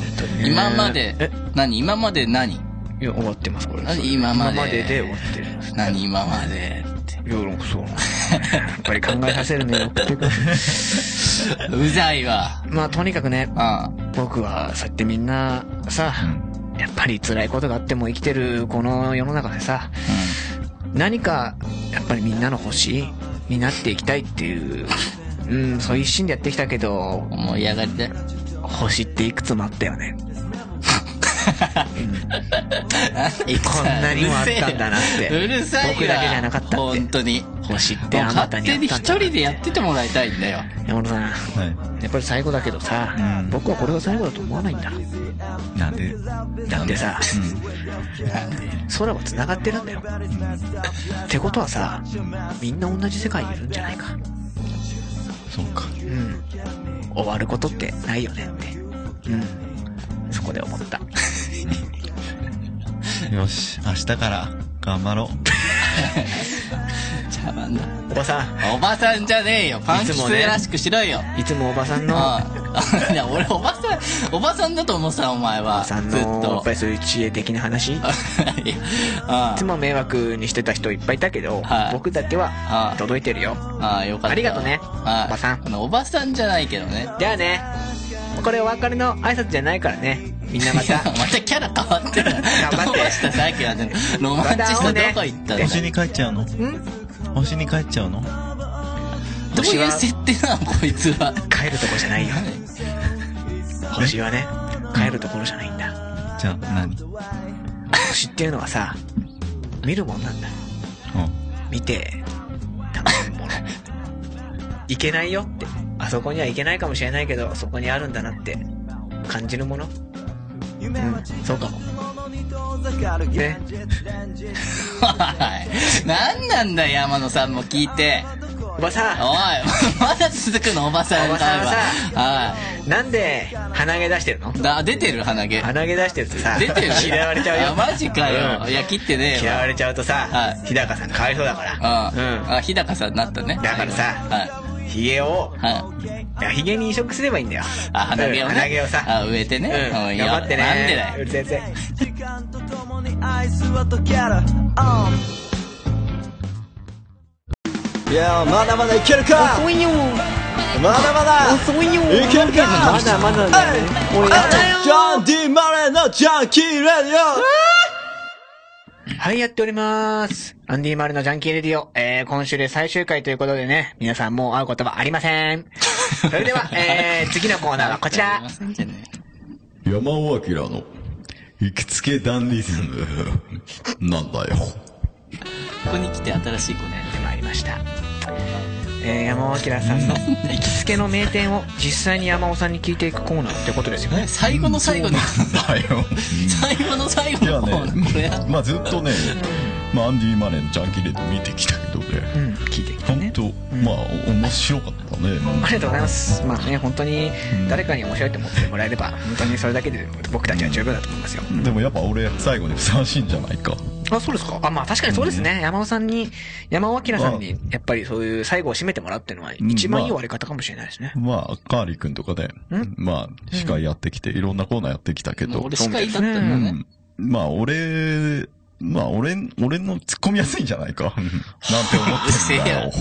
今までえ、何今まで何いや終わってますこれ何今までで終わって る何今までって。いや、なんかそうなんだやっぱり考えさせる ね、よってくうざいわ。まあ、とにかくね、うん。僕は、そうやってみんな、さ、やっぱり辛いことがあっても生きてるこの世の中でさ、何か、やっぱりみんなの星になっていきたいっていう、うん、そういう一心でやってきたけどう、ん。もう嫌がりだよ。星っていくつもあったよ ね。こんなにもあったんだなってうるさいわ僕だけじゃなかったって本当に。星ってもうあなた勝にあっ手にた一んだ人でやっててもらいたいんだよ。山本さん、はやっぱり最後だけどさ、うん僕はこれが最後だと思わないんだ。い。なんでだってさ、空は繋がってるんだよ、ってことはさみんな同じ世界にいるんじゃないかそうか。うん終わることってないよねってうんそこで思ったよし、明日から頑張ろ茶番だ。おばさ おばさんじゃねえよ。パンキいつもスねらしくしろよ。んいつもおばさんのおうん。 いや、俺、おばさん、おばさんだと思ってた、お前は。ばさんずっのやっとぱ。 りそういう知恵的な話いいやあつも迷惑にしてた人いっぱいいたけど、はい僕だけはあ届いてるよああ、よかった。ありがとねはいおばさんあのおばさんじゃないけどね。じゃあねこれお別れの挨拶じゃないからねみんなまいや たまたキャラ変わってる。張ってどうしたさっきはね、ロマンチストどこ行ったまた会の、う。お星に帰っちゃうの星に帰っちゃうのどう星いうは設定なの、こいつ は。帰るとこじゃないよ星はね帰るところじゃないんだじゃあ何、うん、星っていうのはさ見るもんなんだ見て楽しむもの いけないよってあそこには行けないかもしれないけどそこにあるんだなって感じるものうんそうかもねはい。なんなんだよ、山野さんも聞いて。おばおいさ、まだ続くの、おばさんの会話おばはんなんで鼻毛出してるのい。だ、出てる、鼻毛。鼻毛出してるとさ出てる嫌われちゃうよあ、マジかよ。うんいや、切ってねえ嫌わ。われちゃうとさ、はい日高さんかわいそうだかうん。らうんあ、日高さんになったね。だからさはヒゲをい。はい。いやヒゲに移植すればいいんだよあ、鼻毛をうんね。鼻毛をさあ、植えてね。ううんん頑張ってねなんでだう。よるせえうるせえ時間とともにアイスは溶ける On いやーまだまだいけるか遅いよまだまだ遅いよいけるかまだまだだよ俺やだよジョン・ディ・マレーのジャンキー・レディオはい、やっております。アンディ・マルのジャンキー・レディオ、えー、今週で最終回ということでね、皆さんもう会うことはありませ ん。それでは、えー、次のコーナーはこちら。山尾明の行きつけダンディズムなんだよ。ここに来て新しい子ね。参りました。えー、山尾明さんの行きつけの名店を実際に山尾さんに聞いていくコーナーってことですよね。最後の最後に、だよ。最後の最い後やのコーナー、こ れね、まあずっとね、まあ、アンディ・マレーのジャンキレード見てきたけどね。うん、聞いてきて本ね。当、まあ、お面白かったね。ありがとうございます。まあね、本当に誰かに面白いと思ってもらえれば、本当にそれだけで僕たちは十分だと思いますよ。でもやっぱ俺、最後にふさわしいんじゃないか。あ、そうですか。あ、まあ確かにそうですね。山尾さんに、山尾明さんに、やっぱりそういう最後を締めてもらうっていうのは一番いい終わり方かもしれないですね。まあ、カーリー君とかね、まあ、司会やってきて、いろんなコーナーやってきたけまあど、俺司会だったんだうね。ん。まあ、俺、まあ、俺、俺の突っ込みやすいんじゃないか。なんて思うるってせえるんだよ うよ。。る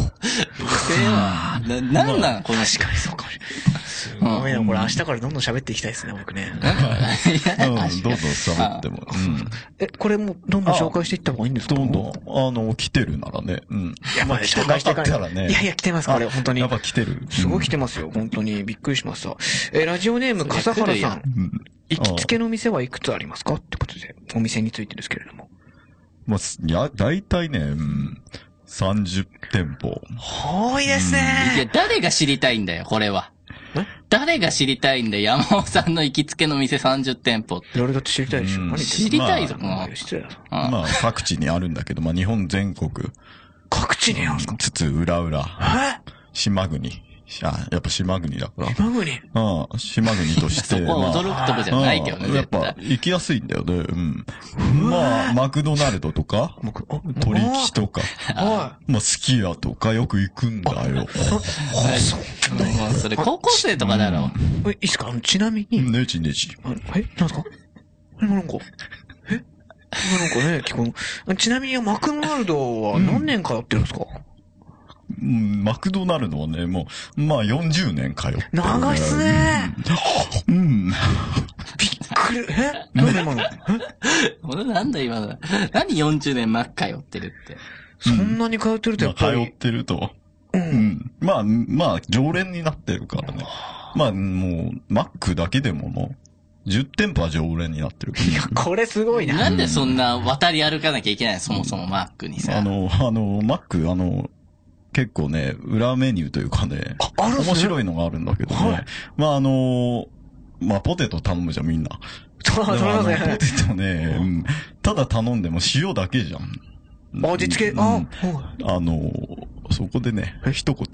せえわ。な、なんなんこの司会。そうかもしれない。すごいな、これ明日からどんどん喋っていきたいですね、僕ね。うん、どうぞ喋っても。うん。え、これもうどんどん紹介していった方がいいんですかどんどん、あの、来てるならね。うん。いや、まあ来て紹介していなかかったならい。ねいやいや、来てます、これ、本当に。やっぱ来てる。すごい来てますよ、本当に。びっくりしました。え、ラジオネーム、笠原さん。うん。行きつけの店はいくつありますかってことで、お店についてですけれども。まあ、すいや、だいたいね、うん、30店舗。多いですいや、ね。誰が知りたいんだよ、これは。誰が知りたいんだよ、山尾さんの行きつけの店30店舗って。いろいろと知りたいでしょ。うん何言ってんの知りたいぞ、お前もう。失礼だぞうんまあ、各地にあるんだけど、まあ、日本全国、各地にあるんですかつつ、裏裏、え島国。あ、やっぱ島国 だから。マグにああ、島国としそて。こはまあ驚くとこじゃないけどね、うんやっ絶ぱ対、。行きやすいんだよね。うん。まあ、マクドナルドとか、僕、あ、鳥貴とか、はまあ、スキヤとかよく行くんだよ。もうそれ高校生とかだろ。い。え、いいっすかあの、ちなみに、ねちねち。あのえなんすか今なんか、え今なんかね、聞 こえあちなみに、マクドナルドは何年通ってるんですか、うん、マクドナルドはね、もう、まあ、40年通ってる。長いっすねうん。くる、えなんで今のえ俺なんだ今の。何40年真っ赤よってるって。そんなに通ってるとまやあ、っぱ通っり、てると。うん。まあ、まあ、常連になってるからね。まあ、もう、マックだけでももう、10店舗は常連になってる。これすごいな。なんでそんな渡り歩かなきゃいけないのそもそもマックにさ。あの、あの、マック、あの、結構ね、裏メニューというかね、あるんすね面白いのがあるんだけどね。はいまあ、あの、まあ、ポテト頼むじゃん、みんな。そう、そうでもあなんのですポね。テトね、うんただ頼んでも塩だけじゃん。味付け、うんあ、あの、そこでね、一言、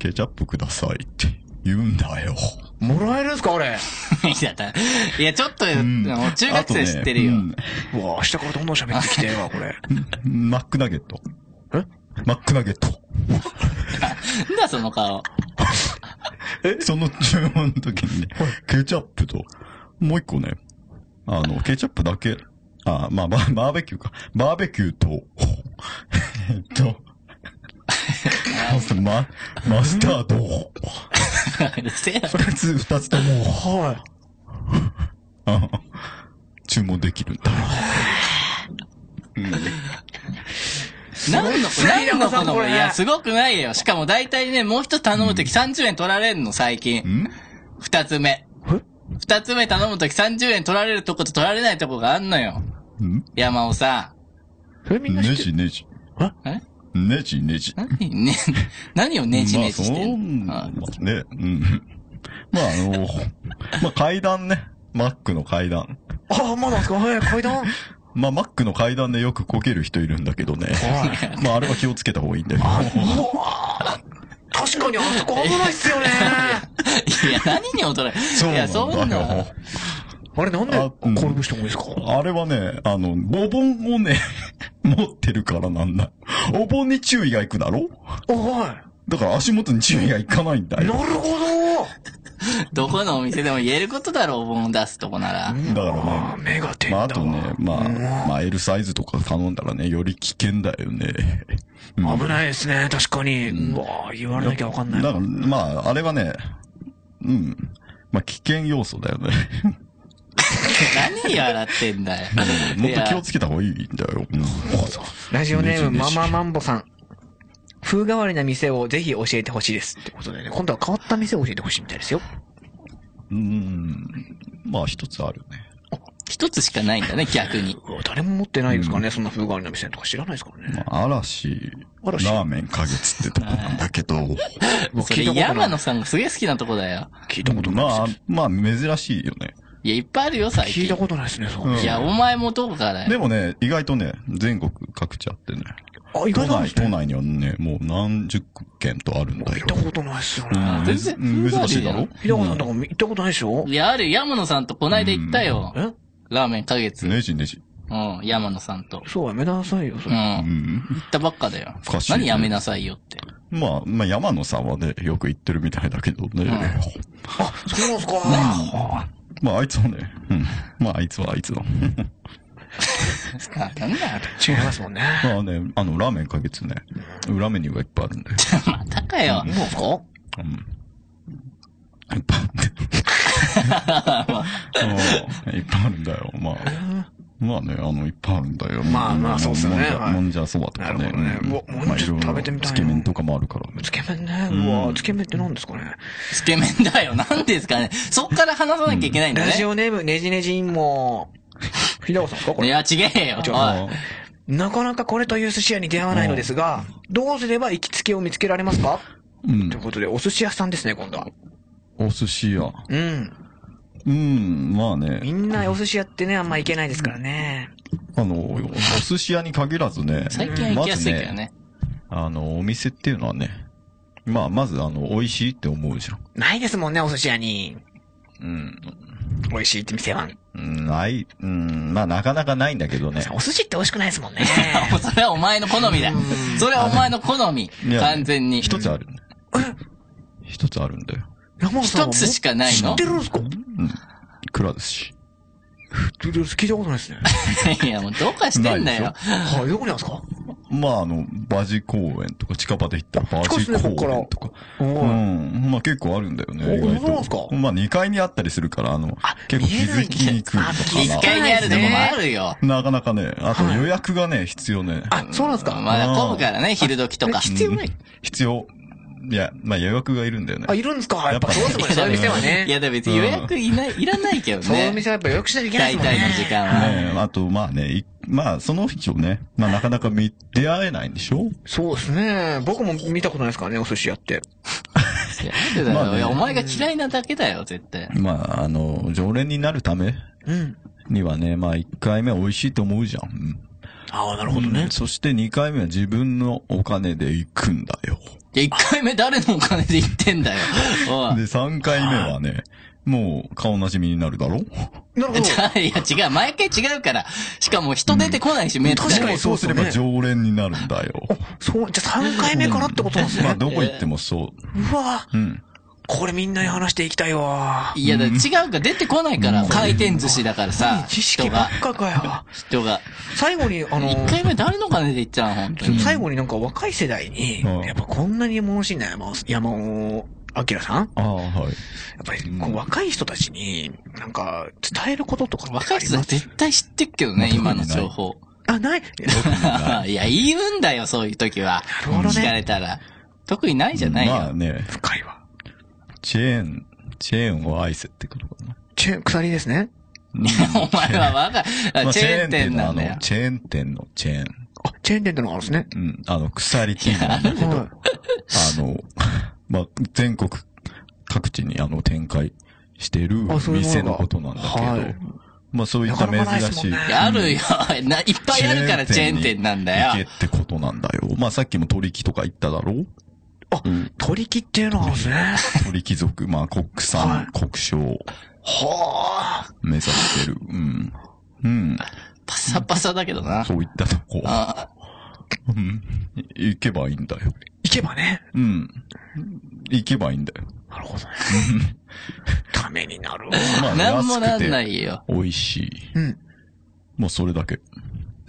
ケチャップくださいって言うんだよ。もらえるんすかあれ。 いや、だいやちょっと、んもう中学生知ってるよ。あとねうわ、明日からどんどん喋ってきてよ、これ。うんマックナゲット。えマックナゲット。なんだその顔。 その注文の時にね、 ケチャップと、もう一個ね、あの、ケチャップだけ、あ、まあ、ババーベキューか。バーベキューと、えっと、 マ、マスタード。うるせえな二つ、二つとも、はあの注文できる んだよ。何の、何のここの、れいや、すごくないよ。しかも大体ね、もう一つ頼むとき30円取られんの、最近。ん二つ目。二つ目頼むとき30円取られるとこと取られないとこがあんのよ。ん山尾さい。それみんな知ネってる。ジネジ。ん。えネジネジ。何 ね、何をネジネジしてんのまあ、あそう、ね、うん。まあ、あの、まあ、階段ね。マックの階段。あ、まだですかはい、階段。まあ、マックの階段でよくこける人いるんだけどね。まあ、あれは気をつけた方がいいんだけど。確かにあそこ危ないっすよね。いや、何に驚いいや、そんな。 あれなんであうん転ぶ人多いんですかあれはね、あの、お盆をね、持ってるからなんだ。お盆に注意がいくだろおはだから足元に注意がいかないんだい。なよ。るほど。どこのお店でも言えることだろ、お盆出すとこなら。だからあね、目が点だまあ、わ。あとね、まあ、まあ、L サイズとか頼んだらね、より危険だよね。危ないですね、確かに。うわ言われなきゃわかんない。だから、まあ、あれはね、うん。まあ、危険要素だよね。 何笑ってんだよ。もっいとや気をつけた方がいいんだよ。うんラジオネーム、ねマじねマじマンボさん。風変わりな店をぜひ教えてほしいです。ってことでね、今度は変わった店を教えてほしいみたいですよ。うん。まあ、一つあるね。一つしかないんだね、逆に。うわ誰も持ってないですからね、そんな風変わりな店とか知らないですからね。まあ、嵐、嵐ラーメン花月ってとこなんだけど、僕 そ聞れいたことない山野さんがすげえ好きなとこだよ。聞いたことまないあです。、まあ、珍しいよね。いや、いっぱいあるよ、最聞近。いたことないですね、そう。うんいや、お前もどうかだよ。でもね、意外とね、全国各地あってね。あ、意都外なんで内、す都ね。内にはね、もう何十件とあるんだ行よっ。たことないっすよね。うん全む然ず難しいだろひだこさんとかも行ったことないでしょいや、ある、山野さんとこないで行ったよ。えラーメン花月。ねじねじ。うん、山野さんと。。そう、やめなさいよ、そうれ。うんん。行ったばっかだよおか。しいね何やめなさいよって。まあ、まあ、山野さんはね、よく言ってるみたいだけどね。あ、そうなんすか。まあ、あいつはね、うん。まあ、あいつはあい つだ。ななんだよ。違いますもんね。まあね、あの、ラーメンか月ね、裏メニューがいっぱいあるんだよ。またかよ。そううん。いっぱいあるんだようん。いっぱいあるんだよ。まあ。まあね、あの、いっぱいあるんだよ。まあまあんそうっすよねもんじゃはいもんじゃそばとかなねるほどね。うわもんじゃいろいろ食べてみたいなつけ麺とかもあるから。つけ麺ね。うわ、つけ麺って何ですかね。つけ麺だよ。なんですかね。そっから話さなきゃいけないんだラジね。オネーム、ねじねじインモ。ひだこさんですかこいれ。や、違えよ。ちょおい。なかなかこれという寿司屋に出会わないのですが、どうすれば行きつけを見つけられますかうんという。ことで、お寿司屋さんですね、今度は。お寿司屋。うん。うん、まあみね。んなお寿司屋ってね、あんま行けないですからね。あの、お寿司屋に限らずね。最近は行きやすいけどまずね。あの、お店っていうのはね、まあ、まず、あの、美味しいって思うじゃん。ないですもんね、お寿司屋に。うん。美味しいって店は。うんない、うん、まあ、なかなかないんだけどね。お寿司って美味しくないですもん ね。もうそれはお前の好みだ。それはお前の好み。いや完全に。一つあるんだよ。一つあるんだよ。山本さんは一つしかないの知ってるんですかくら寿司。聞いたことないですね。いや、もうどうかしてんだよ。はい、どこにあるんですかまあ、あの、バジ公園とか、近場で行ったらバジ近いっすね公園とこか。おうーん。まあ結構あるんだよね。お意そうなん外すかと。まあ2階にあったりするから、あの、結構気づきにくい見えないんだあ気と気づかけ遣いにあるとこもあるよ。な。なかなかね、あと予約がね、必要ね。あ、そうなんですかまだ混むからね、昼時とか。必要ない。必要。いや、まあ予約がいるんだよねあ、。いるんですかやっぱそうですもんね、そういう店はいや、ね。でも別に予約いない、いらないけどそういうね。店はやっぱ予約しなきゃいけない大ですもん体ね。の時間は。ねあと、まあね、いまあその人ね、まあなかなか見、出会えないんでしょそうですね。僕も見たことないですからね、お寿司屋って。いやなんでだまあよねいや、お前が嫌いなだけだよ、絶対。まあ、あの、常連になるためうん。にはね、まあ1回目は美味しいと思うじゃん。うんああ、なるほどね。そして2回目は自分のお金で行くんだよ。いや、一回目誰のお金で行ってんだよ。おで、い。 3回目はね、もう顔なじみになるだろなるほど。じゃあいや、違う。毎回違うから。しかも人出てこないし、めっちゃ。確かにそうすればそうです常連になるん だよ。そう、じゃあ3回目からってことなんですまあ、ね。どこ行ってもそうわ。う。うん。これみんなに話していきたいわ。いや、だから違うから出てこないから、回転寿司だからさ、知人識ばが、っかかよ。人が。最後に、あの、一回目誰のお金で行ったの本当に。最後になんか若い世代に、うんやっぱこんなに物知りな山尾、山尾明さんああ、はい。やっぱりこう若い人たちに、なんか伝えることとかって若あいり人まはす絶対知ってっけどね、今の情報。あ、ない。 いや、言うんだよ、そういう時は。るほどね聞かれたら。特に ないじゃないよ。まあね、深いわ。チェーン、チェーンを愛せってことかな。チェーン、鎖ですね。お前は若まい、あチェーン店なんだあよの、。チェーン店のチェーン。あ、チェーン店ってのがあるんですね。うん。あの、鎖っていうのなんだけど、あはの、 まあ、全国各地にあの、展開してるあそういうものが店のことなんだけど、はいまあ、そういったなかなかない珍ですもしんいね。いやあるよ。ないっぱいあるからチェーン店なんだ行よ。けってことなんだよ。まあさっきも鳥木とか言っただろうい。取り木っていうのがあるんですね。鳥貴族、まあ国産、はい国商をはあ。目指してる。うん。うん。パサパサだけどな。そういったとこ。あうん。い行けばいいんだよ。行けばね。うん。行けばいいんだよ。なるほどね。ためになるわ。まあなんも安なくんなていよ。美味しい。うん。もうそれだけ。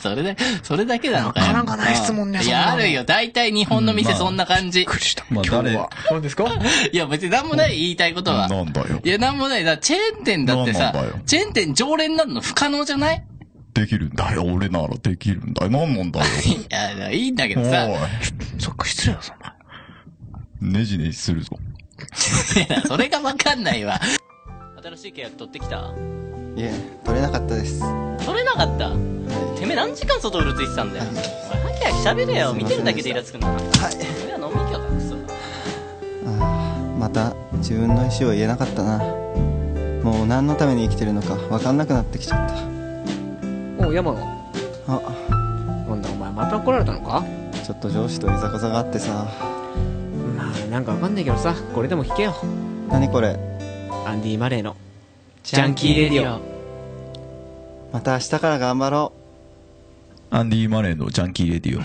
それだけ、それだけなのかよなかなかない質問ねいそんなや、のあるよ。大体日本の店そんな感じびっ。くりした。まあ今日は。何ですかいや、別になんもない、言いたいことは。なんだよい。や、なんもない。だチェーン店だってさなんなんだよ、チェーン店常連になるの不可能じゃないできるんだよ。俺ならできるんだよ。なんなんだよ。いや、いいんだけおどさ。そっか、失礼だぞ、お前。い。ねじねじするぞ。いやそれがわかんないわ。新しい契約取ってきたいえ取れなかったです取れなかったてめえ何時間外うろついてたんだよ。お前、はきはき喋れよ。見てるだけでイラつくな。はい。俺は飲み行きゃクソだ。また自分の意思を言えなかったなもう何のために生きてるのか分かんなくなってきちゃっおう山野たあなんだお前また怒られたのかちょっと上司といざこざがあってさまあなんかわかんないけどさこれでも聞けよ何これアンディ・マレーのジャンキーレディオまた明日から頑張ろアンディ・マレーのジャンキーレディオ。な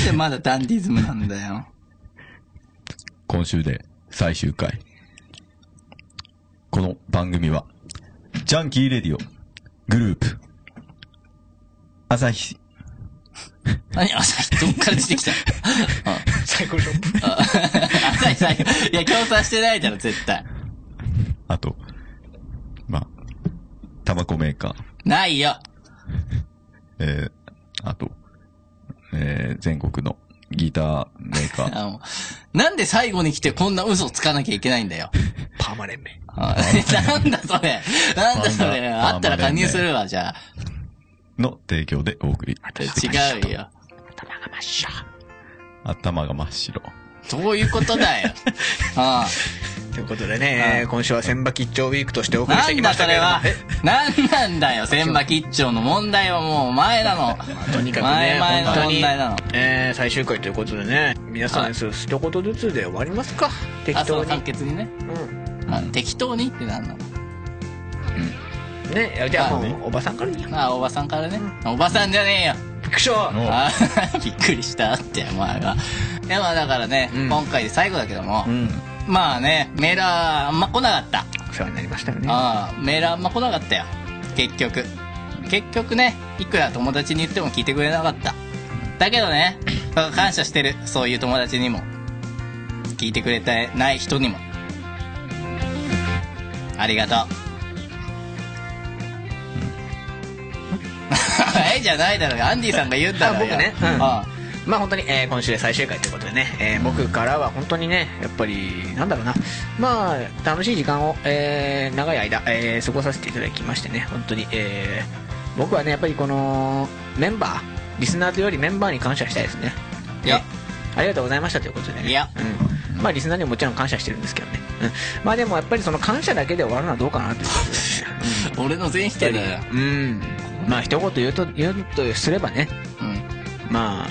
んでまだダンディズムなんだよ。今週で最終回。この番組は、ジャンキーレディオ、グループ、朝日、何朝日、どっから出てきた あ最高ショップあ朝日さん、いや、協賛してないだろ、絶対。あと、まあ、タバコメーカー、ないよ。えー、あと、えー、全国のギターメーカー、あのなんで最後に来てこんな嘘つかなきゃいけないんだよ。パーマ連盟あ なんだそれ。なんだそパンれ。ダあったら加入するわ、じゃあ。の提供でお送りしてきました。違うよ。頭が真っ白。そういうことだ よ。あということでね今週は千葉吉兆ウィークとしておあ送りしなてんきだましそたけれれどもは。なんなんだよ、千葉吉兆の問題はもうお前なの。とにかくね前々本当のに問題なの。えー最終回ということでね皆さはんいそう一言ずつで終わりますか適あ、そ当う、に簡潔にね。うんあ適当にってなんのねじゃああもうおばさんからにあ、おばさんからね。おばさんじゃねえよ。くしょうあ びっくりしたって、お前が。いや、まあだからね、うん今回で最後だけども、うん。まあね、メールはあんま来なかった。お世話になりましたよねああ、メールあんま来なかったよ。結局。結局ね、いくら友達に言っても聞いてくれなかった。だけどね、感謝してる。そういう友達にも。聞いてくれてない人にも。ありがとう。 えじゃないだろうがアンディさんが言うんだからよあ僕ねうんあまあ本当に、えー今週で最終回ということでね、えー僕からは本当にね、やっぱり、なんだろうな、まあ、楽しい時間を、えー長い間、えー過ごさせていただきましてね、本当に、えー僕はね、やっぱりこの、メンバー、リスナーというよりメンバーに感謝したいですね。いやねありがとうございましたということでね。いやうん。まあ、リスナーにももちろん感謝してるんですけどね。うん。まあでもやっぱりその感謝だけで終わるのはどうかなということでね。俺の全否定だよ。うん。まあ一言言うと、言うとすればね、うん。まあ、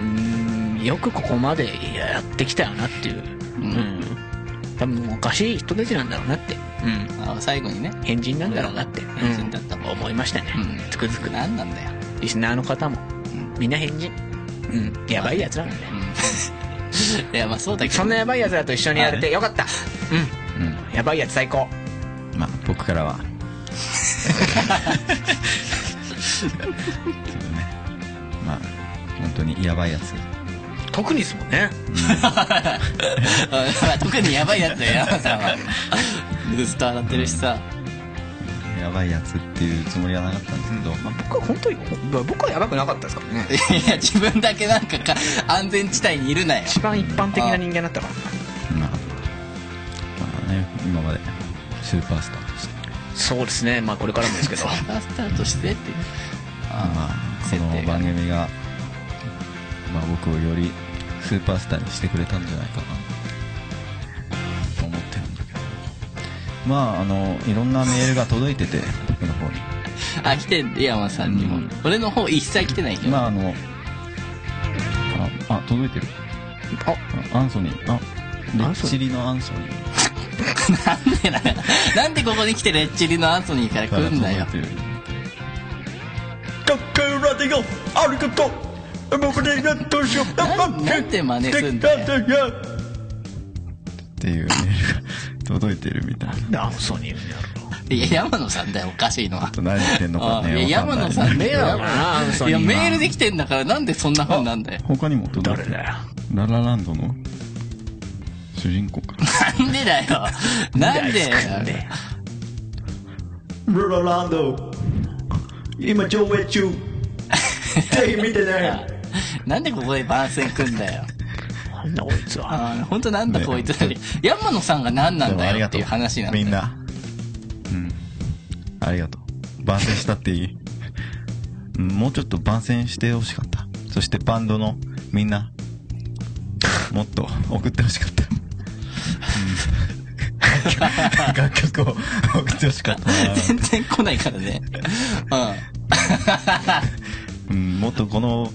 うーん、よくここまでやってきたよなっていう。うんん。多分おかしい人たちなんだろうなって。うん。あ最後にね。変人なんだろうなって。うん変人だったうん思いましたね。うんつくづく。何なんだよ。リスナーの方も、んみんな変人。うん。やばいやつらなんだよ。うん いや、まあそうだけど。そんなやばいやつらと一緒にやれてよかった。うん。やばいやつ最高。まあ、僕からは。そうだね。まあ、本当にやばいやつ。特にですもんね。まあ 特にやばいやつだよ、山さんは。ずっと洗ってるしさ。やばいやつっていうつもりはなかったんですけど、まあ僕は本当に、僕はやばくなかったですからね。いや、自分だけなんかか安全地帯にいるなよ。一番一般的な人間だったから。まあ、まあね、今までスーパースターとして、そうですね。まあこれからもですけど。 バスターとしてっていう。まあ、こ設定のが番組が、まあ僕をよりスーパースターにしてくれたんじゃないかな、と思ってるんだけど。まあ、あの、いろんなメールが届いてて、僕の方に。 あ、来てんで、山さんにも。俺の方一切来てないけど。まあ、あの、あ、あ届いてる。あ、アンソニー。あ、レアンソニーッチリのアンソニー。なんでだよなんでここに来てレッチリのアンソニーから来んだよ。うかっこよラディオありがとう僕でやっとしようなんなんて真似すんだよ。っていうメールが 届いてるみたいな。アンソニーになるいや、山野さんだよ、おかしいのはあ。と何言ってんのかあね。いや、わか山野ないさんだよ。アンソいニーや、はメールできてんだから、なんでそんな風なんだよ。他にも届いて誰る。だよララランドの主人公か。なんでだよ。な大んで好きねルロランド今上映中ぜひ見てねなんでここで番宣組んだよ。なんだこいつはああ、本当なんだこいつ。山野さんが何なんだよっていう話なんだみよ。んな。うん。ありがとう。番宣したってい い。うんもうちょっと番宣してほしかった。そしてバンドのみんな、もっと送ってほしかった。楽曲を送ってほしかったな。全然来ないか らね。うん、もっとこの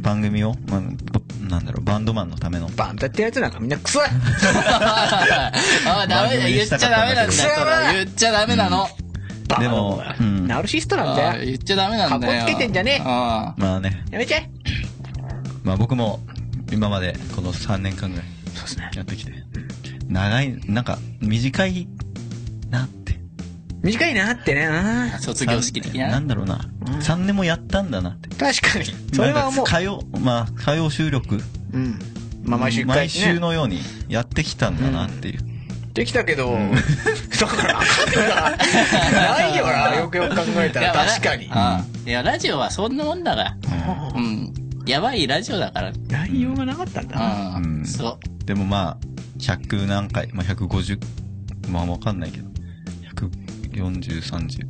番組を、まあ、ぼなんだろう、バンドマンのための。バンドってやつなんかみんなクソやうん。 ああ、ダメだ。言っちゃダメなんだよ。それ言っちゃダメなの。バンでドも、うん、ナルシストなんああだよ。言っちゃダメなんだよ。かっこつけてんじゃねえああまあね、やめちゃえまあ僕も今までこの3年間ぐらいやってきて、長い、なんか短いなって。短いなってね。うん卒業式的さんなな。んだろうな、3年もやったんだなって。確かに。それはなんかも火曜、まあ火曜収録、う、うん。まあ毎週一回、ね。毎週のようにやってきたんだなっていう。できたけど、だ から、ないよな、よくよく考えたら。いや確かに。ああいや、ラジオはそんなもんだから。うん。やばいラジオだから。内容がなかったんだな。うん。うんそでもまあ、100何回、まあ150、まあわかんないけど、140、30。う。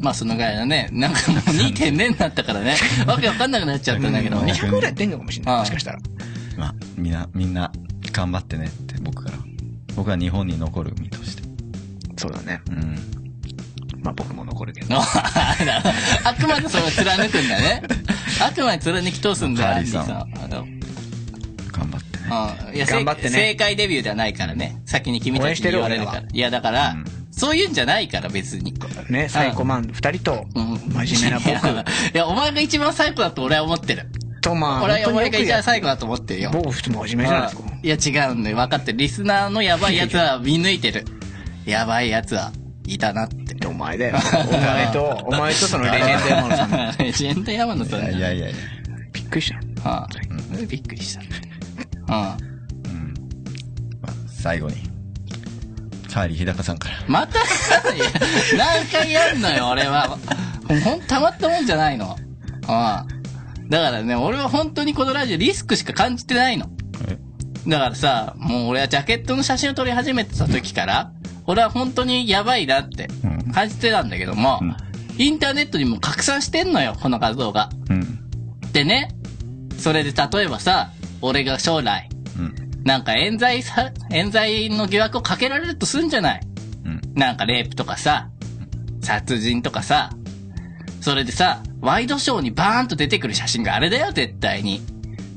まあ、そのぐらいだね。なんかもう2.0に なったからね。わけわかんなくなっちゃったんだけどね。 100ぐらいやってんのかもしれなうい。んもしかしたら。まあ、みんな、みんな、頑張ってねって僕から。僕は日本に残る身として。そうだね。うん。まあ僕も残る けど。のあくまでそれを貫くんだ ね。あくまで貫き通すんだよ、カアーンリデーィささんん。あの頑張ってね。うんいや、頑張ってね正正解デビューではないからね。先に君応た援ちしにてる言われるか俺らら。いや、だから、うんそういうんじゃないから、別に。ね、サイコマン二人と、うん真面目ないや僕 いや、お前が一番最高だと俺は思ってる。と、 まあ、俺は、本当おに前よがく一や番最高だと思ってるよ。僕普通真面目じゃないですか。いや、違うんだよ。分かってる。リスナーのやばいやつは見抜いてる。やばいやつはいたなって。お前だよ。お前と、お前とそのレジェンド山野さんの。レ ジェンド山野さんいだやいやいやいや。 びっくりした。ああびっくりした。ああまあ、最後に。カーリー日高さんから。またいや何回やんのよ、俺は。ほん、たまったもんじゃないの。ああだからね、俺は本当にこのラジオリスクしか感じてないの。だからさ、もう俺はジャケットの写真を撮り始めてた時から、俺は本当にやばいなってうん感じてたんだけども、うんインターネットにも拡散してんのよ、この画像が。うん。でね、それで例えばさ、俺が将来、うん。なんか冤罪さ、冤罪の疑惑をかけられるとすんじゃないうん。なんかレイプとかさ、殺人とかさ、それでさ、ワイドショーにバーンと出てくる写真があれだよ、絶対に。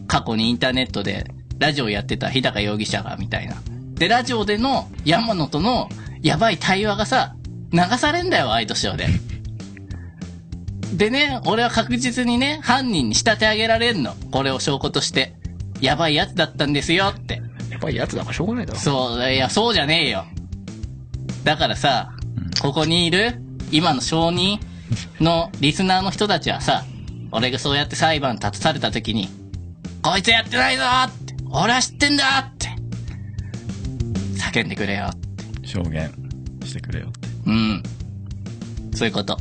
過去にインターネットでラジオやってた日高容疑者が、みたいな。で、ラジオでの山野とのやばい対話がさ、流されんだよ、ワイドショーで。でね、俺は確実にね、犯人に仕立て上げられんの。これを証拠として。やばいやつだったんですよって。やっぱり奴だからしょうがないだろ。そう、いや、そうじゃねえよ。だからさ、ここにいる、今の証人のリスナーの人たちはさ、俺がそうやって裁判に立たされた時に、こいつやってないぞーって、俺は知ってんだーって、叫んでくれよ。証言してくれよって。うん。そういうこと。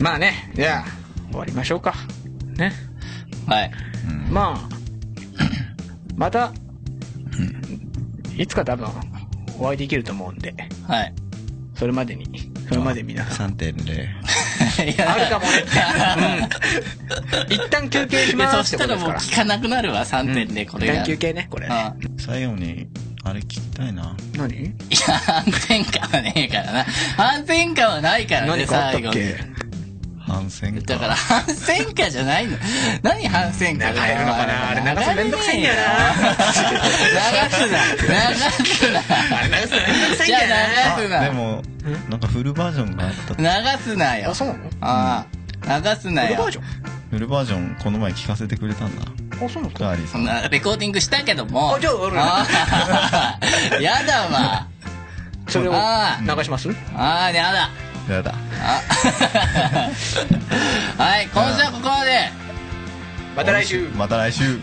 まあね、じゃあ、終わりましょうか。ね。はい。ま あ、また、いつか多分、お会いできると思うんで、はい。それまでに、それまで皆さん。 3.0。あるかもね。一旦休憩しで、まそすしってこたとらですもうから。聞かなくなるわ、3点で、これ一が。旦休憩ね、これね。あ最後に、あれ聞きたいな。何いや、反転感はねえからな。反転感はないからね、何かあったっ最後にけ反省会だから、反戦歌じ ゃないの。何反戦歌流れるのかなあれ流すのめんどくさいんだよな流すな。流すな。 じゃあ流すな。でも、なんかフルバージョンがあった。流すなよあ、。そうなのああ。流すなフルよバー。ジョフルバージョン、この前聞かせてくれたんだ。ンあ、そうなのカーリーそさんん。な、レコーディングしたけども。あじゃあ俺ああやだわ。それをあ流しますああ、やだ。やだ。あ はい、今週はここまで。また来週また来週。